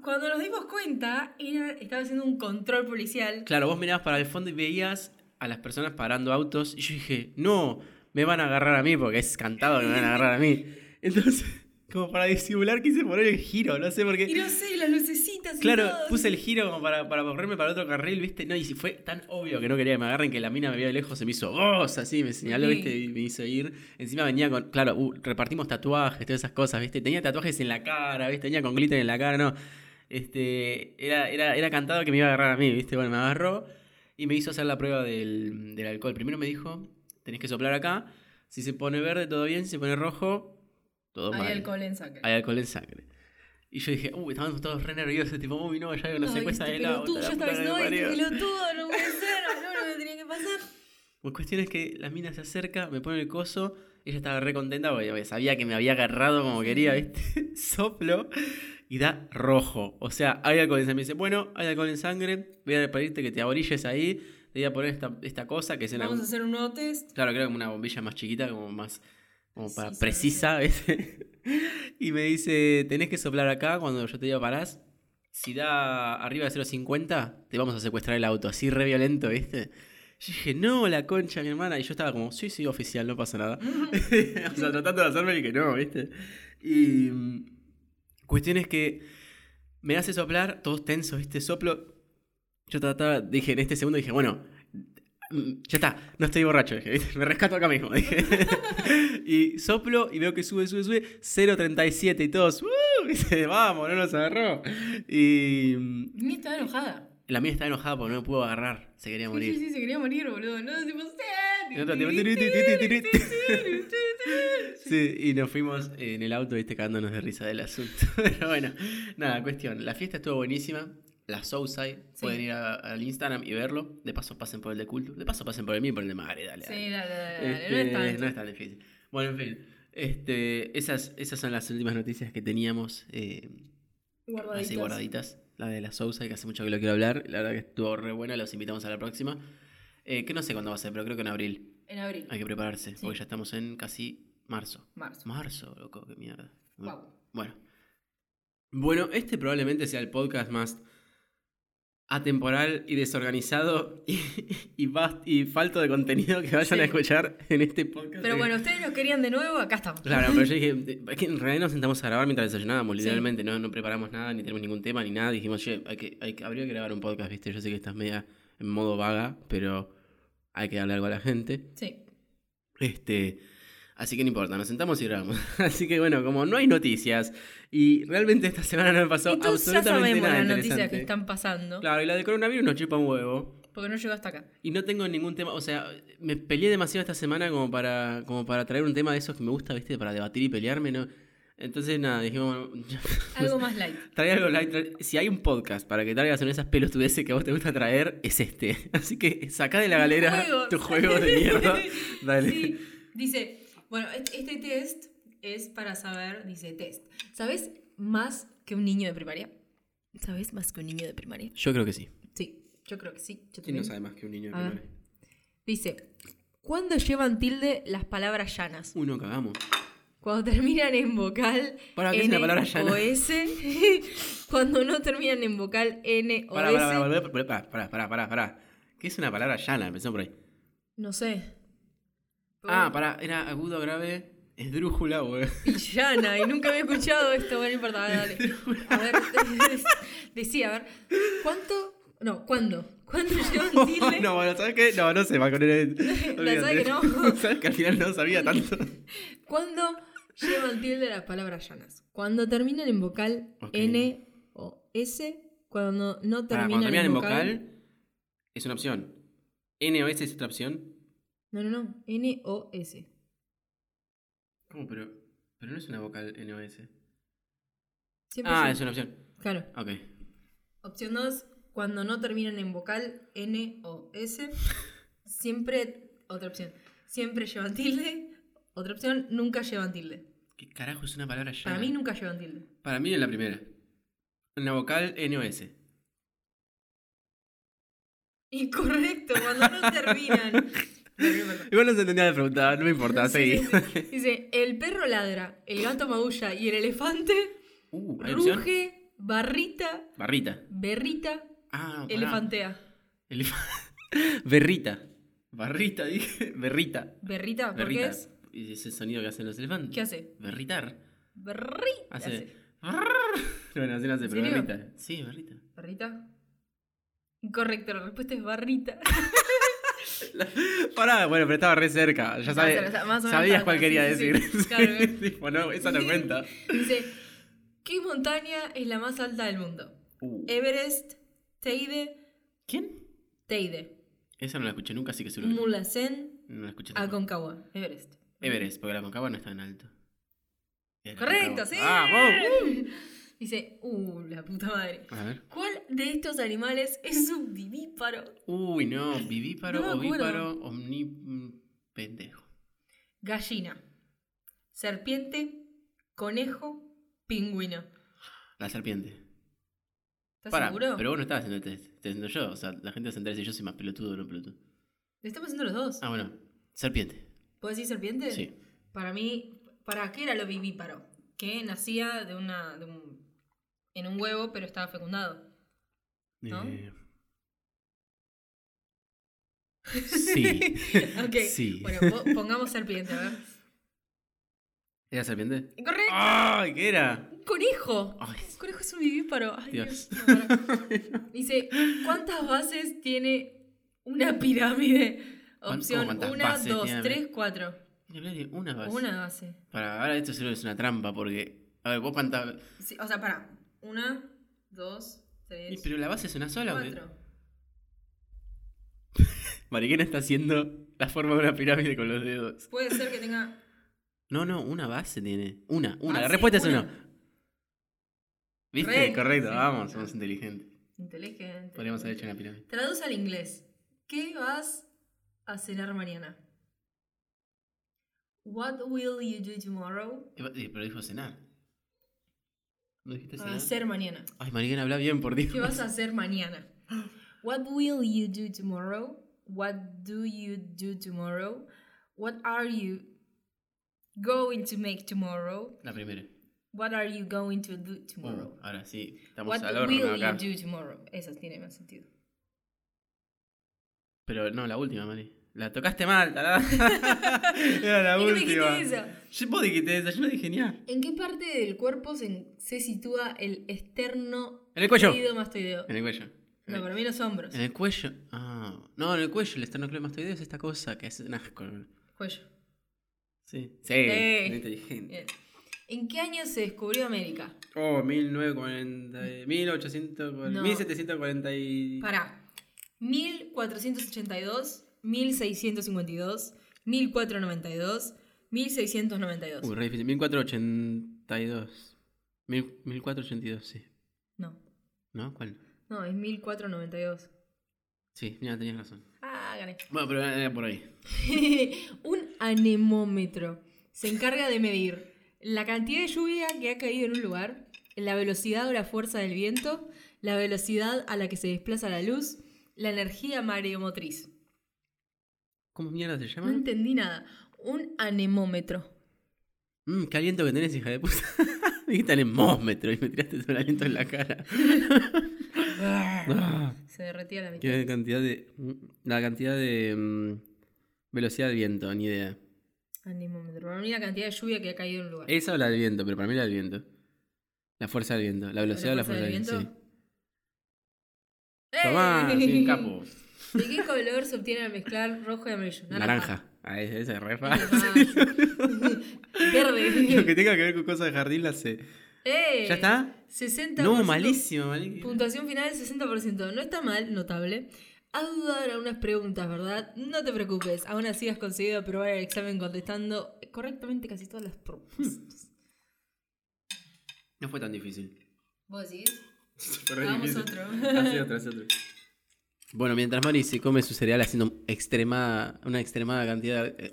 [SPEAKER 2] cuando nos dimos cuenta, era, estaba haciendo un control policial.
[SPEAKER 1] Claro, vos mirabas para el fondo y veías a las personas parando autos y yo dije, no, me van a agarrar a mí porque es cantado que me van a agarrar a mí. Entonces, como para disimular, quise poner el giro, no sé por
[SPEAKER 2] Y
[SPEAKER 1] qué.
[SPEAKER 2] no sé, las lucecitas y
[SPEAKER 1] Claro,
[SPEAKER 2] todo.
[SPEAKER 1] puse el giro como para, para correrme para otro carril, ¿viste? No, y si fue tan obvio que no quería que me agarren que la mina me vio de lejos, se me hizo "Oh", vos, así, me señaló,
[SPEAKER 2] Sí.
[SPEAKER 1] ¿viste? Y me hizo ir. Encima venía con, claro, uh, repartimos tatuajes, todas esas cosas, ¿viste? Tenía tatuajes en la cara, ¿viste? Tenía con glitter en la cara, no. Este, era, era, era cantado que me iba a agarrar a mí, ¿viste? Bueno, me agarró y me hizo hacer la prueba del, del alcohol. Primero me dijo, tenés que soplar acá. Si se pone verde, todo bien. Si se pone rojo, todo
[SPEAKER 2] Había
[SPEAKER 1] mal.
[SPEAKER 2] alcohol en sangre.
[SPEAKER 1] Hay alcohol en sangre. Y yo dije, uy, estábamos todos re nerviosos. Tipo, uy, no, ya hay una
[SPEAKER 2] Ay,
[SPEAKER 1] secuestra
[SPEAKER 2] este
[SPEAKER 1] de la
[SPEAKER 2] pelotudo, yo estaba diciendo, "Ay, este pelotudo, no puede ser, no, no me tenía que pasar.
[SPEAKER 1] Pues cuestión es que la mina se acerca, me pone el coso, ella estaba re contenta porque sabía que me había agarrado como quería, ¿viste? Soplo y da rojo. O sea, hay alcohol en sangre. Me dice, bueno, hay alcohol en sangre, voy a pedirte que te aborilles ahí, le voy a poner esta, esta cosa que es en
[SPEAKER 2] Vamos a
[SPEAKER 1] algún-
[SPEAKER 2] hacer un nuevo test.
[SPEAKER 1] Claro, creo que una bombilla más chiquita, como más como para
[SPEAKER 2] Precisa,
[SPEAKER 1] precisa, ¿viste? Y me dice, tenés que soplar acá cuando yo te diga parás. Si da arriba de 0.50, te vamos a secuestrar el auto, así re violento, ¿viste? Yo dije, no, la concha, mi hermana. Y yo estaba como, sí, sí, oficial, no pasa nada. o sea, tratando de hacerme el que no, ¿viste? Y mm, cuestión es que me hace soplar, todos tensos, ¿viste? Soplo. Yo trataba, dije, en este segundo dije, bueno, mm, ya está, no estoy borracho, dije, ¿viste? me rescato acá mismo. dije. y soplo y veo que sube, sube, sube, 0.37 y todos, "Uh", dice, vamos, no nos agarró. Y mm,
[SPEAKER 2] Ni estaba enojada.
[SPEAKER 1] la mía estaba enojada porque no me pudo agarrar, se quería
[SPEAKER 2] Sí, sí,
[SPEAKER 1] morir.
[SPEAKER 2] sí, se quería morir, boludo. No, tipo,
[SPEAKER 1] Y otro tipo, Sí, y nos fuimos en el auto, viste, cagándonos de risa del asunto. Pero bueno, nada, cuestión. La fiesta estuvo buenísima. La Soulside,
[SPEAKER 2] Sí.
[SPEAKER 1] pueden ir a- al Instagram y verlo. De paso pasen por el de culto. De paso pasen por el mío y por el de Magare, dale.
[SPEAKER 2] Sí,
[SPEAKER 1] dale.
[SPEAKER 2] dale, dale, dale.
[SPEAKER 1] Este,
[SPEAKER 2] no es tanto.
[SPEAKER 1] no es tan difícil. Bueno, en fin. Este, esas, esas son las últimas noticias que teníamos eh, así
[SPEAKER 2] Guardaditos.
[SPEAKER 1] guardaditas. La de la Soulside, que hace mucho que lo quiero hablar. La verdad que estuvo re buena, los invitamos a la próxima. Eh, que no sé cuándo va a ser, pero creo que en abril.
[SPEAKER 2] En abril,
[SPEAKER 1] Hay que prepararse,
[SPEAKER 2] Sí.
[SPEAKER 1] porque ya estamos en casi marzo.
[SPEAKER 2] marzo.
[SPEAKER 1] Marzo, loco, qué mierda.
[SPEAKER 2] Wow.
[SPEAKER 1] Bueno. Bueno, este probablemente sea el podcast más atemporal y desorganizado y, y, bast- y falto de contenido que vayan
[SPEAKER 2] Sí.
[SPEAKER 1] a escuchar en este podcast.
[SPEAKER 2] Pero bueno, ustedes nos querían de nuevo, acá estamos.
[SPEAKER 1] Claro, pero yo dije, es que en realidad nos sentamos a grabar mientras desayunábamos,
[SPEAKER 2] Sí.
[SPEAKER 1] literalmente, no, no preparamos nada, ni tenemos ningún tema, ni nada. Dijimos, che, hay que, hay que- habría que grabar un podcast, viste, yo sé que estás media en modo vaga, pero hay que darle algo a la gente.
[SPEAKER 2] Sí.
[SPEAKER 1] Este, así que no importa, nos sentamos y grabamos. Así que bueno, como no hay noticias y realmente esta semana no me pasó
[SPEAKER 2] Entonces ya
[SPEAKER 1] absolutamente
[SPEAKER 2] sabemos
[SPEAKER 1] nada
[SPEAKER 2] las noticias
[SPEAKER 1] interesante.
[SPEAKER 2] que están pasando.
[SPEAKER 1] Claro, y la de coronavirus nos chupa un huevo
[SPEAKER 2] Porque no llegó hasta acá.
[SPEAKER 1] y no tengo ningún tema, o sea, me peleé demasiado esta semana como para como para traer un tema de esos que me gusta, ¿viste? Para debatir y pelearme, ¿no? Entonces nada, dijimos, bueno,
[SPEAKER 2] Algo más light.
[SPEAKER 1] trae algo light, trae- si hay un podcast para que traigas en esas pelotudeces que a vos te gusta traer, es este. Así que saca de la galera
[SPEAKER 2] Juegos.
[SPEAKER 1] tu juego de mierda. Dale.
[SPEAKER 2] Sí, dice, bueno, este- este test es para saber, dice test. ¿Sabes más que un niño de primaria? ¿Sabes más que un niño de primaria?
[SPEAKER 1] Yo creo que sí.
[SPEAKER 2] Sí, yo creo que sí. Yo
[SPEAKER 1] ¿Quién no
[SPEAKER 2] también.
[SPEAKER 1] sabe más que un niño de
[SPEAKER 2] A ver.
[SPEAKER 1] primaria?
[SPEAKER 2] Dice, ¿cuándo llevan tilde las palabras llanas?
[SPEAKER 1] Uy, no cagamos.
[SPEAKER 2] Cuando terminan en vocal
[SPEAKER 1] Pará, ¿qué es
[SPEAKER 2] N
[SPEAKER 1] una palabra llana?
[SPEAKER 2] o S. Cuando no terminan en vocal N o
[SPEAKER 1] Pará,
[SPEAKER 2] S.
[SPEAKER 1] pará, pará, pará, pará, pará, pará, pará, pará. ¿Qué es una palabra llana? Empezó por ahí.
[SPEAKER 2] No sé.
[SPEAKER 1] Ah, pará, era agudo, grave, esdrújula, güey.
[SPEAKER 2] Pillana, y nunca había escuchado esto. Bueno, no importa, dale. dale. A ver, decía, a ver, ¿cuánto? No, ¿cuándo? ¿Cuándo llevan tilde?
[SPEAKER 1] no, bueno, ¿sabes qué? No, no sé, va con el...
[SPEAKER 2] que no.
[SPEAKER 1] ¿Sabes que al final no sabía tanto?
[SPEAKER 2] ¿Cuándo llevan tilde las palabras llanas? Cuando terminan en vocal
[SPEAKER 1] Ok.
[SPEAKER 2] N o S, Ah, cuando no
[SPEAKER 1] Pará,
[SPEAKER 2] terminan,
[SPEAKER 1] cuando terminan
[SPEAKER 2] en
[SPEAKER 1] en
[SPEAKER 2] vocal,
[SPEAKER 1] vocal, es una opción. N o S es otra opción.
[SPEAKER 2] No, no, no, N o S.
[SPEAKER 1] ¿Cómo? Pero, pero no es una vocal N o S.
[SPEAKER 2] Siempre
[SPEAKER 1] Ah,
[SPEAKER 2] sí.
[SPEAKER 1] es una opción.
[SPEAKER 2] Claro.
[SPEAKER 1] Ok.
[SPEAKER 2] Opción 2, cuando no terminan en vocal N o S, siempre, otra opción, siempre llevan tilde. Otra opción, nunca llevan tilde.
[SPEAKER 1] ¿Qué carajo es una palabra llana?
[SPEAKER 2] Para mí nunca llevan tilde.
[SPEAKER 1] Para mí es la primera. Una vocal N o S.
[SPEAKER 2] Incorrecto, cuando no terminan. Bueno, no importa.
[SPEAKER 1] Igual no se entendía la pregunta, no me importa, seguí.
[SPEAKER 2] Dice, el perro ladra, el gato maulla y el elefante
[SPEAKER 1] Uh, ¿hay opción?
[SPEAKER 2] ruge, barrita,
[SPEAKER 1] Barrita.
[SPEAKER 2] berrita,
[SPEAKER 1] Ah, pará.
[SPEAKER 2] elefantea.
[SPEAKER 1] Elef- Berrita. Barrita, dije. Berrita.
[SPEAKER 2] ¿Berrita? ¿Por qué
[SPEAKER 1] Berrita.
[SPEAKER 2] es?
[SPEAKER 1] Y ese sonido que hacen los elefantes.
[SPEAKER 2] ¿Qué hace?
[SPEAKER 1] Berritar.
[SPEAKER 2] Berrita.
[SPEAKER 1] Hace.
[SPEAKER 2] hace.
[SPEAKER 1] Bueno, así no hace, pero
[SPEAKER 2] serio?
[SPEAKER 1] berrita. Sí, berrita.
[SPEAKER 2] ¿Barrita? Incorrecto, la respuesta es barrita.
[SPEAKER 1] Pará, bueno, pero estaba re cerca. Ya sabes.
[SPEAKER 2] Más o menos, más o menos
[SPEAKER 1] Sabías
[SPEAKER 2] tanto,
[SPEAKER 1] cuál quería
[SPEAKER 2] sí, sí,
[SPEAKER 1] decir.
[SPEAKER 2] sí. Claro, eh.
[SPEAKER 1] Sí,
[SPEAKER 2] claro.
[SPEAKER 1] tipo, no, esa no cuenta.
[SPEAKER 2] Dice, ¿qué montaña es la más alta del mundo?
[SPEAKER 1] Uh.
[SPEAKER 2] Eh. Everest, Teide,
[SPEAKER 1] ¿Quién?
[SPEAKER 2] Teide,
[SPEAKER 1] Esa no la escuché nunca, así que seguro. que-
[SPEAKER 2] Mulhacén,
[SPEAKER 1] No la
[SPEAKER 2] Ah,
[SPEAKER 1] escuché nunca.
[SPEAKER 2] Aconcagua, Everest.
[SPEAKER 1] Everest, porque la concava no está en alto. Era
[SPEAKER 2] Correcto,
[SPEAKER 1] Aconcagua.
[SPEAKER 2] sí.
[SPEAKER 1] ¡Vamos!
[SPEAKER 2] Dice, uh, la puta madre.
[SPEAKER 1] A ver.
[SPEAKER 2] ¿Cuál de estos animales es un vivíparo?
[SPEAKER 1] Uy, no, vivíparo,
[SPEAKER 2] No me acuerdo.
[SPEAKER 1] ovíparo, omni... mm, pendejo.
[SPEAKER 2] Gallina, serpiente, conejo, pingüino.
[SPEAKER 1] La serpiente.
[SPEAKER 2] ¿Estás
[SPEAKER 1] Pará,
[SPEAKER 2] seguro?
[SPEAKER 1] Pero vos no estabas haciendo el test, estoy haciendo yo. O sea, la gente va a sentar si yo soy más pelotudo o no pelotudo.
[SPEAKER 2] Lo estamos haciendo los dos.
[SPEAKER 1] Ah, bueno. Serpiente.
[SPEAKER 2] ¿Puedo decir serpiente?
[SPEAKER 1] Sí.
[SPEAKER 2] Para mí, ¿para qué era lo vivíparo? Que nacía de una. de un- en un huevo, pero estaba fecundado. ¿No?
[SPEAKER 1] Eh, Sí.
[SPEAKER 2] Ok.
[SPEAKER 1] Sí.
[SPEAKER 2] Bueno, po- pongamos serpiente, a ver.
[SPEAKER 1] ¿Era serpiente?
[SPEAKER 2] ¡Correcto!
[SPEAKER 1] ¡Ay! ¿Qué era?
[SPEAKER 2] ¡Conejo!
[SPEAKER 1] Ay,
[SPEAKER 2] Conejo es un vivíparo. Ay,
[SPEAKER 1] Dios.
[SPEAKER 2] Dios. no, pará. Dice, ¿cuántas bases tiene una pirámide?
[SPEAKER 1] ¿Cuán-
[SPEAKER 2] Opción
[SPEAKER 1] cómo cuántas
[SPEAKER 2] 1,
[SPEAKER 1] bases
[SPEAKER 2] 2,
[SPEAKER 1] tiene?
[SPEAKER 2] 3, 4.
[SPEAKER 1] ni hablar de una base.
[SPEAKER 2] Una base.
[SPEAKER 1] Para ahora esto seguro es una trampa porque. A ver, vos cuántas.
[SPEAKER 2] Sí, o sea, pará. 1, 2, 3,
[SPEAKER 1] Pero la base es una sola. ¿o qué?
[SPEAKER 2] 4.
[SPEAKER 1] Mariquena está haciendo la forma de una pirámide con los dedos.
[SPEAKER 2] Puede ser que tenga...
[SPEAKER 1] No, no, una base tiene. Una, una.
[SPEAKER 2] Ah,
[SPEAKER 1] la
[SPEAKER 2] sí,
[SPEAKER 1] respuesta es
[SPEAKER 2] una.
[SPEAKER 1] uno. ¿Viste?
[SPEAKER 2] Correcto,
[SPEAKER 1] Correcto,
[SPEAKER 2] sí.
[SPEAKER 1] vamos, somos inteligentes.
[SPEAKER 2] Inteligente.
[SPEAKER 1] Podríamos haber hecho una pirámide.
[SPEAKER 2] Traduce al inglés. ¿Qué vas a cenar mañana? What will you do tomorrow?
[SPEAKER 1] Eh, Pero dijo cenar. ¿No dijiste
[SPEAKER 2] A
[SPEAKER 1] cenar?
[SPEAKER 2] hacer mañana.
[SPEAKER 1] Ay, Mariquena, habla bien, por Dios.
[SPEAKER 2] Ah, ¿Qué vas a hacer mañana? What will you do tomorrow? What do you do tomorrow? What are you going to make tomorrow?
[SPEAKER 1] La primera.
[SPEAKER 2] What are you going to do tomorrow?
[SPEAKER 1] Uh, ahora sí, estamos
[SPEAKER 2] What
[SPEAKER 1] al horno
[SPEAKER 2] will
[SPEAKER 1] acá.
[SPEAKER 2] you do tomorrow? Esa tiene más sentido.
[SPEAKER 1] Pero no, la última, Mari. La tocaste mal, tarada. Era la
[SPEAKER 2] ¿Y no me
[SPEAKER 1] última.
[SPEAKER 2] dijiste eso?
[SPEAKER 1] Yo, vos dijiste eso, yo no dije ni nada.
[SPEAKER 2] ¿En qué parte del cuerpo se, se sitúa el externo
[SPEAKER 1] En el cuello. Eh.
[SPEAKER 2] mastoideo?
[SPEAKER 1] En el cuello.
[SPEAKER 2] No, para mí los hombros.
[SPEAKER 1] En el cuello. Ah, no, en el cuello, el esternocleidomastoideo es esta cosa que es un asco.
[SPEAKER 2] Cuello.
[SPEAKER 1] Sí. Sí, muy inteligente.
[SPEAKER 2] Bien. ¿En qué año se descubrió América?
[SPEAKER 1] Oh, 1940. 1840.
[SPEAKER 2] No.
[SPEAKER 1] 1740. y-
[SPEAKER 2] Pará. 1482, 1652, 1492, 1692.
[SPEAKER 1] Uy, re difícil. 1482. Mil- 1482, sí.
[SPEAKER 2] No,
[SPEAKER 1] ¿No? ¿Cuál?
[SPEAKER 2] no, es 1492.
[SPEAKER 1] Sí, mira, tenías razón.
[SPEAKER 2] Ah, gané.
[SPEAKER 1] Bueno, pero era por ahí.
[SPEAKER 2] un anemómetro se encarga de medir la cantidad de lluvia que ha caído en un lugar, la velocidad o la fuerza del viento, la velocidad a la que se desplaza la luz, la energía mareomotriz.
[SPEAKER 1] ¿Cómo mierda se
[SPEAKER 2] No
[SPEAKER 1] llama?
[SPEAKER 2] entendí nada. Un anemómetro.
[SPEAKER 1] Mmm, qué aliento que tenés, hija de puta. Dijiste anemómetro y me tiraste todo el aliento en la cara. Ah.
[SPEAKER 2] Se derretía la mitad.
[SPEAKER 1] ¿Qué cantidad de. mm, La cantidad de. mm, velocidad del viento, ni idea.
[SPEAKER 2] Anemómetro. Para mí la cantidad de lluvia que ha caído en un lugar.
[SPEAKER 1] Esa o la del viento, pero para mí la del viento. La fuerza del viento. La velocidad o la fuerza
[SPEAKER 2] fuerza
[SPEAKER 1] del
[SPEAKER 2] del
[SPEAKER 1] viento.
[SPEAKER 2] viento?
[SPEAKER 1] Sí. Tomá,
[SPEAKER 2] ¡Ey!
[SPEAKER 1] sí, capo.
[SPEAKER 2] ¿De qué color se obtiene al mezclar rojo y amarillo?
[SPEAKER 1] Naranja. Ah, esa esa es re
[SPEAKER 2] Naranja.
[SPEAKER 1] fácil. Lo que
[SPEAKER 2] Verde.
[SPEAKER 1] tenga que ver con cosas de jardín la sé.
[SPEAKER 2] ¡Eh!
[SPEAKER 1] ¿Ya está?
[SPEAKER 2] 60%.
[SPEAKER 1] No, malísimo, malísimo.
[SPEAKER 2] Puntuación final 60%. No está mal, notable. A dudar algunas preguntas, ¿verdad? No te preocupes, aún así has conseguido aprobar el examen contestando correctamente casi todas las propuestas.
[SPEAKER 1] No fue tan difícil.
[SPEAKER 2] ¿Vos decís?
[SPEAKER 1] Fue re
[SPEAKER 2] Hagamos
[SPEAKER 1] difícil.
[SPEAKER 2] otro.
[SPEAKER 1] Hace otro, hace otro. Bueno, mientras Mari se come su cereal haciendo extremada, una extremada cantidad de... eh,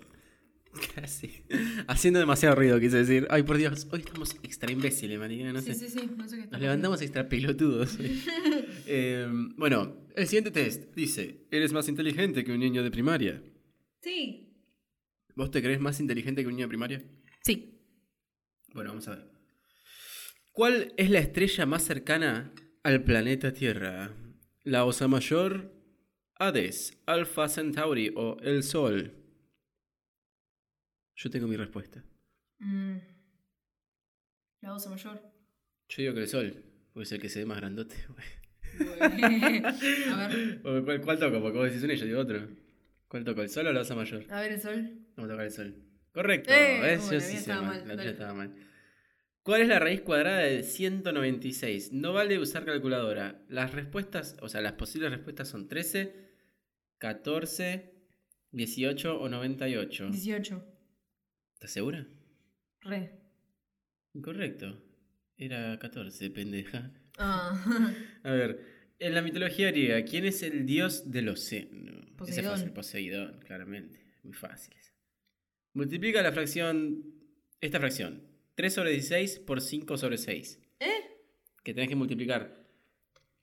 [SPEAKER 1] Casi. Haciendo demasiado ruido, quise decir. Ay, por Dios, hoy estamos extra imbéciles, Mariana, no
[SPEAKER 2] sí,
[SPEAKER 1] sé.
[SPEAKER 2] sí, sí, no sé qué está
[SPEAKER 1] Nos levantamos extra pelotudos. hoy. Eh, bueno, el siguiente test dice, eres más inteligente que un niño de primaria.
[SPEAKER 2] Sí.
[SPEAKER 1] ¿Vos te crees más inteligente que un niño de primaria?
[SPEAKER 2] Sí.
[SPEAKER 1] Bueno, vamos a ver. ¿Cuál es la estrella más cercana al planeta Tierra? ¿La Osa Mayor? ¿Hades? ¿Alpha Centauri o el Sol? Yo tengo mi respuesta.
[SPEAKER 2] Mm. La voz mayor.
[SPEAKER 1] Yo digo que el Sol, porque es el que se ve más grandote. güey.
[SPEAKER 2] a ver.
[SPEAKER 1] O, ¿Cuál, cuál toco? Porque vos decís uno y yo digo otro. ¿Cuál toco? ¿El Sol o la Osa Mayor?
[SPEAKER 2] A ver el sol.
[SPEAKER 1] Vamos a tocar el Sol. Correcto.
[SPEAKER 2] Eh,
[SPEAKER 1] ¿ves?
[SPEAKER 2] bueno,
[SPEAKER 1] Yo
[SPEAKER 2] la
[SPEAKER 1] sí
[SPEAKER 2] mía
[SPEAKER 1] sé
[SPEAKER 2] estaba
[SPEAKER 1] mal,
[SPEAKER 2] mal,
[SPEAKER 1] La tuya
[SPEAKER 2] dale.
[SPEAKER 1] estaba mal. ¿Cuál es la raíz cuadrada de 196? No vale usar calculadora. Las respuestas, o sea, las posibles respuestas son 13, 14, 18 o 98.
[SPEAKER 2] 18.
[SPEAKER 1] ¿Estás segura?
[SPEAKER 2] Re.
[SPEAKER 1] Incorrecto. Era 14, pendeja.
[SPEAKER 2] Ah.
[SPEAKER 1] A ver. En la mitología griega, ¿quién es el dios del océano? Ese es
[SPEAKER 2] Poseidón.
[SPEAKER 1] fácil, Poseidón, claramente. Muy fácil. esa. Multiplica la fracción, esta fracción, 3 sobre 16 por 5 sobre 6.
[SPEAKER 2] ¿Eh?
[SPEAKER 1] Que tenés que multiplicar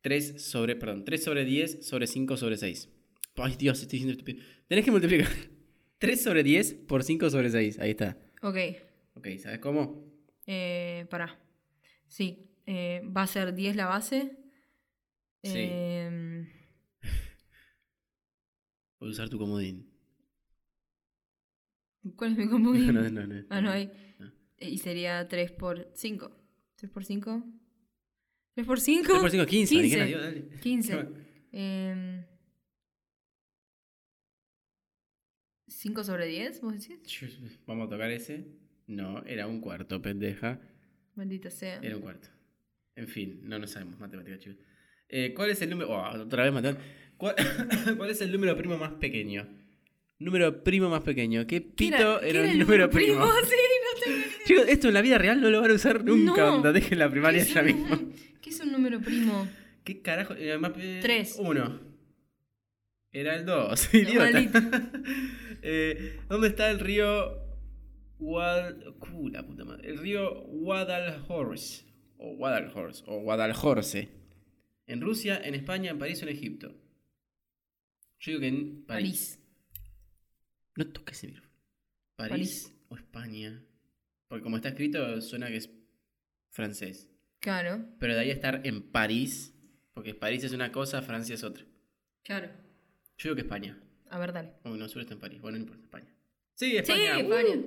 [SPEAKER 1] 3 sobre, perdón, 3 sobre 10 sobre 5 sobre 6. Ay, Dios, estoy diciendo estúpido. Tenés que multiplicar 3 sobre 10 por 5 sobre 6. Ahí está.
[SPEAKER 2] Ok,
[SPEAKER 1] Ok, ¿sabes cómo?
[SPEAKER 2] eh, pará. Sí, eh, va a ser 10 la base.
[SPEAKER 1] Sí.
[SPEAKER 2] Em,
[SPEAKER 1] Voy a usar tu comodín.
[SPEAKER 2] ¿Cuál es mi
[SPEAKER 1] No,
[SPEAKER 2] comodín?
[SPEAKER 1] no, no. no.
[SPEAKER 2] Ah, no hay.
[SPEAKER 1] No.
[SPEAKER 2] Y sería 3 por 5. 3 por 5. 3 por 5.
[SPEAKER 1] 3 por 5 es 15.
[SPEAKER 2] 15.
[SPEAKER 1] Dijera, Dios, dale.
[SPEAKER 2] 15. em, 5 sobre 10, vos decís.
[SPEAKER 1] Vamos a tocar ese. No, era un cuarto, pendeja.
[SPEAKER 2] Maldita sea.
[SPEAKER 1] Era un cuarto. En fin, no, no sabemos matemáticas, chicos. Eh, ¿Cuál es el número. oh, otra vez matemáticas. ¿Cuál, cuál es el número primo más pequeño? Número primo más pequeño. ¿Qué
[SPEAKER 2] ¿Quién
[SPEAKER 1] pito era,
[SPEAKER 2] quién
[SPEAKER 1] el número primo?
[SPEAKER 2] Sí, no tengo ni
[SPEAKER 1] Chicos, esto en la vida real no lo van a usar nunca.
[SPEAKER 2] No.
[SPEAKER 1] Cuando dejen la primaria
[SPEAKER 2] idea.
[SPEAKER 1] ya
[SPEAKER 2] ¿Qué es un
[SPEAKER 1] mismo.
[SPEAKER 2] nu- ¿Qué es un número primo?
[SPEAKER 1] ¿Qué carajo? Era más pe-
[SPEAKER 2] Tres.
[SPEAKER 1] Uno. Era el dos. Idiota. Eh, ¿Dónde está el río Guad... Uh, la puta madre. El río Guadalhorce. O Guadalhorce. O Guadalhorce. En Rusia, en España, en París o en Egipto. Yo digo que en
[SPEAKER 2] París.
[SPEAKER 1] París. No toques ese micrófono. París,
[SPEAKER 2] París.
[SPEAKER 1] o España. Porque como está escrito, suena que es francés.
[SPEAKER 2] Claro,
[SPEAKER 1] Pero de ahí a estar en París, porque París es una cosa, Francia es otra.
[SPEAKER 2] claro.
[SPEAKER 1] Yo digo que España.
[SPEAKER 2] A ver, dale.
[SPEAKER 1] Uy, no, solo está en París. Bueno, no importa, España. Sí,
[SPEAKER 2] Sí,
[SPEAKER 1] España. uh.
[SPEAKER 2] España.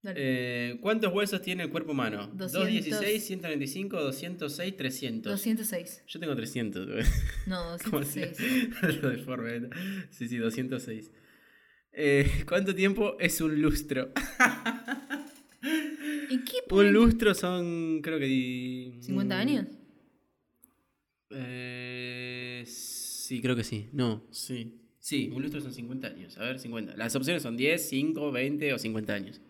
[SPEAKER 2] Dale.
[SPEAKER 1] Eh, ¿Cuántos huesos tiene el cuerpo humano? 216,
[SPEAKER 2] 200.
[SPEAKER 1] 195, 206, 300.
[SPEAKER 2] 206.
[SPEAKER 1] Yo tengo 300. güey.
[SPEAKER 2] No,
[SPEAKER 1] Como hacía
[SPEAKER 2] 206.
[SPEAKER 1] lo deforme. ¿no? Sí, sí, 206. Eh, ¿Cuánto tiempo es un lustro?
[SPEAKER 2] ¿Y qué
[SPEAKER 1] Un Mm,
[SPEAKER 2] ponen-
[SPEAKER 1] lustro son, creo que... di-
[SPEAKER 2] ¿50 años?
[SPEAKER 1] Eh, sí, creo que sí. No, sí. Sí, un lustro son 50 años. A ver, 50. Las opciones son 10, 5, 20 o 50 años.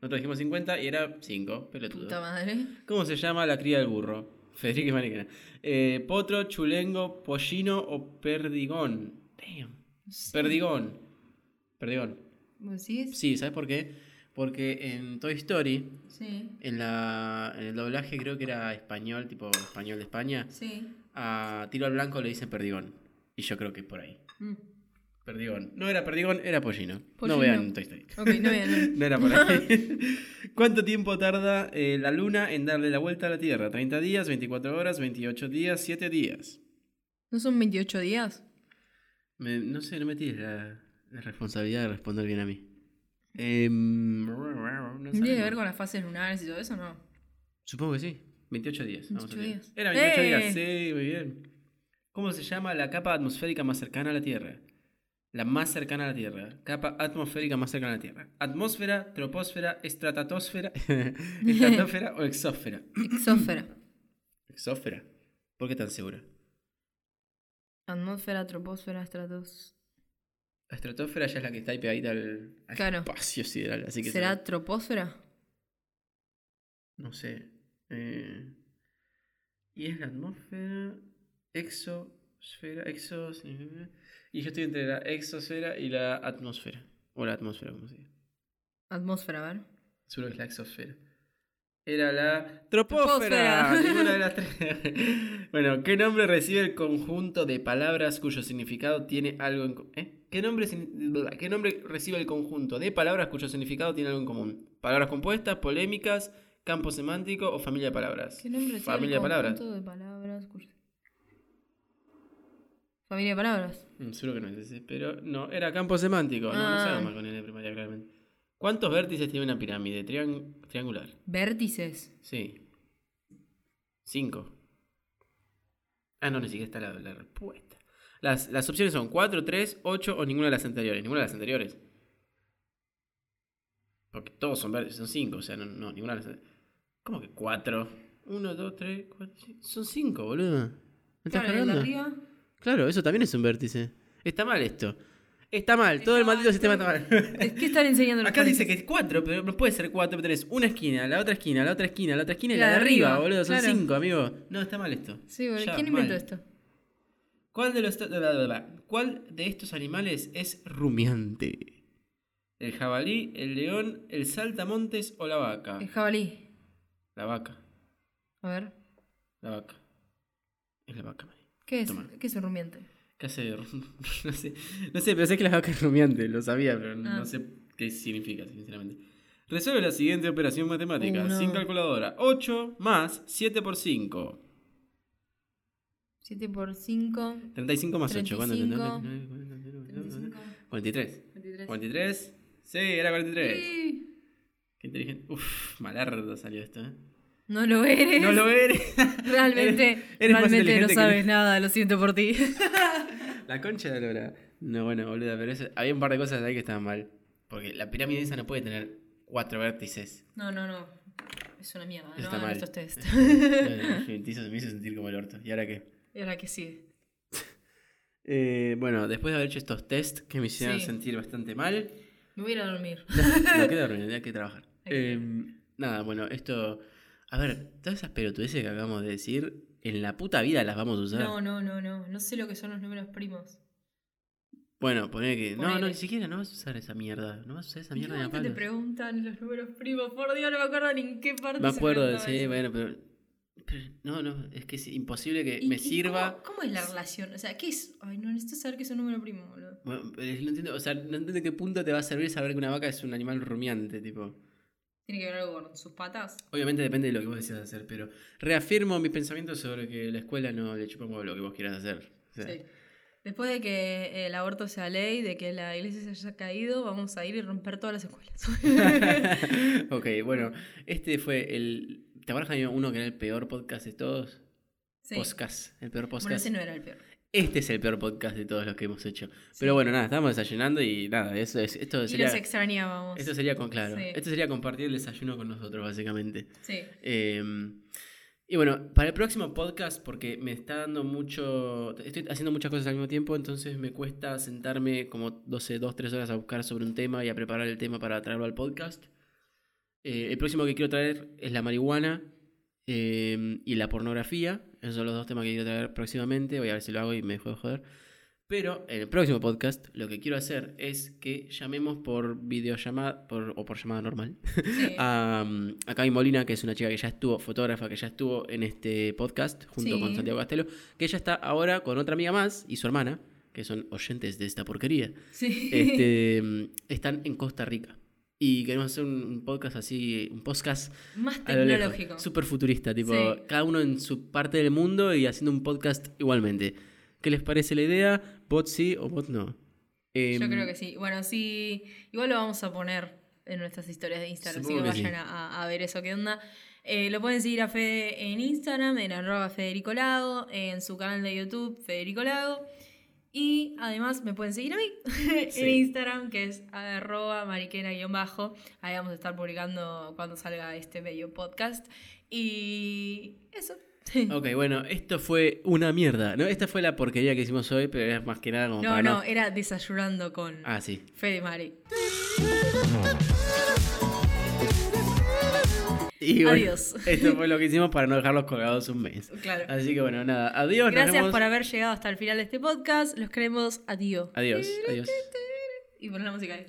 [SPEAKER 1] Nosotros dijimos 50 y era 5, pelotudo.
[SPEAKER 2] Puta madre.
[SPEAKER 1] ¿Cómo se llama la cría del burro? Federico Maniquera. Eh, potro, chulengo, pollino o perdigón. Damn.
[SPEAKER 2] No sé.
[SPEAKER 1] Perdigón. Perdigón.
[SPEAKER 2] ¿Vos decís?
[SPEAKER 1] Sí, ¿sabes por qué? Porque en Toy Story,
[SPEAKER 2] Sí.
[SPEAKER 1] en, la, en el doblaje creo que era español, tipo español de España,
[SPEAKER 2] Sí.
[SPEAKER 1] a tiro al blanco le dicen perdigón. Y yo creo que es por ahí.
[SPEAKER 2] Mm.
[SPEAKER 1] Perdigón. No era perdigón, era pollino.
[SPEAKER 2] Pollino.
[SPEAKER 1] No vean Toy Story.
[SPEAKER 2] Ok, no vean. no.
[SPEAKER 1] No era por ahí. ¿Cuánto tiempo tarda eh, la luna en darle la vuelta a la Tierra? ¿30 días, 24 horas, 28 días, 7 días?
[SPEAKER 2] ¿No son 28 días?
[SPEAKER 1] Me- no sé, no me tires la, la responsabilidad de responder bien a mí. Em, no
[SPEAKER 2] ¿Tiene que
[SPEAKER 1] sabemos.
[SPEAKER 2] ver con las fases lunares y todo eso no?
[SPEAKER 1] Supongo que sí. 28 días. vamos
[SPEAKER 2] 28
[SPEAKER 1] a tirar.
[SPEAKER 2] días.
[SPEAKER 1] Era 28
[SPEAKER 2] ¡Eh!
[SPEAKER 1] días, sí, muy bien. ¿Cómo se llama la capa atmosférica más cercana a la Tierra? La más cercana a la Tierra. Capa atmosférica más cercana a la Tierra. Atmósfera, troposfera, estratatosfera, estratosfera o exósfera.
[SPEAKER 2] Exósfera,
[SPEAKER 1] ¿Exósfera? ¿Por qué tan segura?
[SPEAKER 2] atmósfera, troposfera, estratos.
[SPEAKER 1] La estratosfera ya es la que está ahí pegadita al, al
[SPEAKER 2] Claro.
[SPEAKER 1] espacio sideral, así que...
[SPEAKER 2] ¿Será
[SPEAKER 1] se-
[SPEAKER 2] troposfera?
[SPEAKER 1] No sé. eh, y es la atmósfera, exosfera, exos... eh, Y yo estoy entre la exosfera y la atmósfera. O la atmósfera, como se diga.
[SPEAKER 2] Atmósfera, a ver.
[SPEAKER 1] Seguro que es la exosfera. Era la
[SPEAKER 2] Troposfera.
[SPEAKER 1] troposfera. ninguna de las tres. bueno, ¿qué nombre recibe el conjunto de palabras cuyo significado tiene algo en común? ¿Qué, nombre, sin- bla, ¿Qué nombre recibe el conjunto de palabras cuyo significado tiene algo en común? Palabras compuestas, polémicas, campo semántico o familia de palabras.
[SPEAKER 2] ¿Qué nombre tiene
[SPEAKER 1] Familia de
[SPEAKER 2] el
[SPEAKER 1] palabras.
[SPEAKER 2] conjunto de palabras? cuyo- Familia de palabras.
[SPEAKER 1] Mm, Seguro que no es ese, pero no, era campo semántico. No, no
[SPEAKER 2] Ah.
[SPEAKER 1] sabemos más con N de primaria, claramente. ¿Cuántos vértices tiene una pirámide? Triang- triangular.
[SPEAKER 2] Vértices.
[SPEAKER 1] Sí. Cinco. Ah, no, ni siquiera está la, la respuesta. Las, las opciones son 4, 3, 8 o ninguna de las anteriores. Ninguna de las anteriores. Porque todos son verdes, son 5, o sea, no, no, ninguna de las anteriores. ¿Cómo que 4? 1, 2, 3, 4, Son 5, boludo. ¿Me estás
[SPEAKER 2] Claro, el de
[SPEAKER 1] cargando?
[SPEAKER 2] arriba.
[SPEAKER 1] Claro, eso también es un vértice. Está mal esto. Está mal, todo el
[SPEAKER 2] Está
[SPEAKER 1] maldito
[SPEAKER 2] mal,
[SPEAKER 1] sistema está
[SPEAKER 2] todo.
[SPEAKER 1] mal.
[SPEAKER 2] Es que están enseñando los
[SPEAKER 1] Acá dice que
[SPEAKER 2] países.
[SPEAKER 1] es cuatro, pero no puede ser cuatro, pero tenés una esquina, la otra esquina, la otra esquina, la otra esquina y
[SPEAKER 2] La
[SPEAKER 1] la de
[SPEAKER 2] de
[SPEAKER 1] arriba,
[SPEAKER 2] arriba,
[SPEAKER 1] boludo. Son
[SPEAKER 2] claro.
[SPEAKER 1] cinco, amigo. No, está mal esto.
[SPEAKER 2] Sí, boludo,
[SPEAKER 1] Ya,
[SPEAKER 2] ¿quién inventó
[SPEAKER 1] mal.
[SPEAKER 2] esto?
[SPEAKER 1] ¿Cuál de, los, bla, bla, bla, bla. ¿Cuál de estos animales es rumiante? ¿El jabalí, el león, el saltamontes o la vaca?
[SPEAKER 2] El jabalí.
[SPEAKER 1] La vaca,
[SPEAKER 2] A ver.
[SPEAKER 1] la vaca. Es la vaca Mari.
[SPEAKER 2] ¿Qué es?
[SPEAKER 1] Toma.
[SPEAKER 2] ¿Qué es un rumiante?
[SPEAKER 1] ¿Qué hace? no, sé, no sé, pero sé que la vaca es rumiante, lo sabía, pero
[SPEAKER 2] Ah.
[SPEAKER 1] no sé qué significa, sinceramente. Resuelve la siguiente operación matemática,
[SPEAKER 2] Uno.
[SPEAKER 1] sin calculadora. 8 más 7 por 5.
[SPEAKER 2] 7 por 5.
[SPEAKER 1] 35 más 8, ¿cuánto?
[SPEAKER 2] 35. 35.
[SPEAKER 1] 43. 43.
[SPEAKER 2] 23.
[SPEAKER 1] 43. Sí, era 43.
[SPEAKER 2] Sí.
[SPEAKER 1] Qué inteligente. Uf, malardo salió esto, ¿eh?
[SPEAKER 2] No lo eres.
[SPEAKER 1] No lo eres.
[SPEAKER 2] Realmente,
[SPEAKER 1] Eres- eres más
[SPEAKER 2] realmente no
[SPEAKER 1] inteligente que-
[SPEAKER 2] sabes nada, lo siento por ti.
[SPEAKER 1] La concha de la lora. No, bueno, boluda, pero eso- había un par de cosas ahí que estaban mal. Porque la pirámide esa no puede tener cuatro vértices.
[SPEAKER 2] No, no, no. Es una mierda.
[SPEAKER 1] Eso
[SPEAKER 2] no
[SPEAKER 1] está
[SPEAKER 2] hagan
[SPEAKER 1] mal.
[SPEAKER 2] estos test.
[SPEAKER 1] Eso me hizo sentir como el orto. ¿Y ahora qué?
[SPEAKER 2] Y ahora que sí.
[SPEAKER 1] Eh, bueno, después de haber hecho estos test que me hicieron
[SPEAKER 2] Sí.
[SPEAKER 1] sentir bastante mal,
[SPEAKER 2] Me voy a ir a dormir.
[SPEAKER 1] no queda reunión, hay que trabajar.
[SPEAKER 2] Hay que
[SPEAKER 1] Eh, nada, bueno, esto. A ver, todas esas pelotudeces que acabamos de decir, en la puta vida las vamos a usar.
[SPEAKER 2] No, no, no, no. No sé lo que son los números primos.
[SPEAKER 1] Bueno, poné que. No, no,
[SPEAKER 2] Ponele.
[SPEAKER 1] ni siquiera no vas a usar esa mierda. No vas a usar esa
[SPEAKER 2] ¿Y
[SPEAKER 1] mierda
[SPEAKER 2] cómo
[SPEAKER 1] ni a
[SPEAKER 2] te
[SPEAKER 1] palos.
[SPEAKER 2] preguntan los números primos? Por Dios, no me acuerdo ni en qué parte
[SPEAKER 1] Me acuerdo,
[SPEAKER 2] de
[SPEAKER 1] sí, bueno, pero, pero No, no, es que es imposible que me sirva.
[SPEAKER 2] Cómo, cómo es la relación? O sea, ¿qué es? Ay, no necesito saber qué es un número primo, boludo.
[SPEAKER 1] Bueno, pero no entiendo, o sea, no entiendo qué punto te va a servir saber que una vaca es un animal rumiante, tipo.
[SPEAKER 2] Tiene que ver algo con sus patas.
[SPEAKER 1] Obviamente depende de lo que vos decidas hacer, pero reafirmo mi pensamiento sobre que la escuela no le chupa un huevo lo que vos quieras hacer. O sea,
[SPEAKER 2] Sí. Después de que el aborto sea ley, de que la iglesia se haya caído, vamos a ir y romper todas las escuelas.
[SPEAKER 1] ok, bueno, este fue el. ¿Te acuerdas que había uno que era el peor podcast de todos?
[SPEAKER 2] Sí.
[SPEAKER 1] Podcast. El peor podcast.
[SPEAKER 2] Bueno, ese no era el peor.
[SPEAKER 1] Este es el peor podcast de todos los que hemos hecho. Pero bueno, nada, estábamos desayunando y nada, eso es, esto
[SPEAKER 2] Y los
[SPEAKER 1] sería.
[SPEAKER 2] extrañábamos.
[SPEAKER 1] Esto sería con claro.
[SPEAKER 2] Sí.
[SPEAKER 1] Esto sería compartir el desayuno con nosotros, básicamente.
[SPEAKER 2] Sí.
[SPEAKER 1] Eh, y bueno, para el próximo podcast, porque me está dando mucho. Estoy haciendo muchas cosas al mismo tiempo, entonces me cuesta sentarme como, no sé, dos, tres horas a buscar sobre un tema y a preparar el tema para traerlo al podcast. Eh, el próximo que quiero traer es la marihuana eh, y la pornografía. Esos son los dos temas que quiero traer próximamente. Voy a ver si lo hago y me dejo de joder. Pero en el próximo podcast lo que quiero hacer es que llamemos por videollamada por, o por llamada normal
[SPEAKER 2] sí.
[SPEAKER 1] a, a Cami Molina, que es una chica que ya estuvo, fotógrafa, que ya estuvo en este podcast junto
[SPEAKER 2] Sí.
[SPEAKER 1] con Santiago Castelo, que ella está ahora con otra amiga más y su hermana, que son oyentes de esta porquería,
[SPEAKER 2] Sí.
[SPEAKER 1] este, mm, están en Costa Rica. Y queremos hacer un, un podcast así, un podcast
[SPEAKER 2] Más
[SPEAKER 1] a lo lejos,
[SPEAKER 2] tecnológico.
[SPEAKER 1] Súper futurista, tipo,
[SPEAKER 2] Sí.
[SPEAKER 1] cada uno en su parte del mundo y haciendo un podcast igualmente. ¿Qué les parece la idea? ¿Bot sí o bot no? Em,
[SPEAKER 2] Yo creo que sí. Bueno, sí, igual lo vamos a poner en nuestras historias de Instagram, así que
[SPEAKER 1] Supongo que
[SPEAKER 2] vayan
[SPEAKER 1] sí.
[SPEAKER 2] a, a ver eso que onda. Eh, lo pueden seguir a Fede en Instagram, en arroba Federico Lago, en su canal de YouTube, Federico Lago. Y además me pueden seguir a mí en
[SPEAKER 1] Sí.
[SPEAKER 2] Instagram, que es arroba mariquera-bajo. Ahí vamos a estar publicando cuando salga este bello podcast. Y eso.
[SPEAKER 1] Ok, bueno, esto fue una mierda, ¿no? Esta fue la porquería que hicimos hoy, pero es más que nada como
[SPEAKER 2] No,
[SPEAKER 1] para
[SPEAKER 2] no, era desayunando con
[SPEAKER 1] Ah, sí.
[SPEAKER 2] Fede Mari.
[SPEAKER 1] Y bueno,
[SPEAKER 2] Adiós.
[SPEAKER 1] Esto fue lo que hicimos para no dejarlos colgados un mes.
[SPEAKER 2] Claro.
[SPEAKER 1] Así que bueno, nada. Adiós, nos
[SPEAKER 2] Gracias
[SPEAKER 1] vemos.
[SPEAKER 2] por haber llegado hasta el final de este podcast. Los queremos. Adiós.
[SPEAKER 1] Adiós, adiós.
[SPEAKER 2] Y poner la música ahí.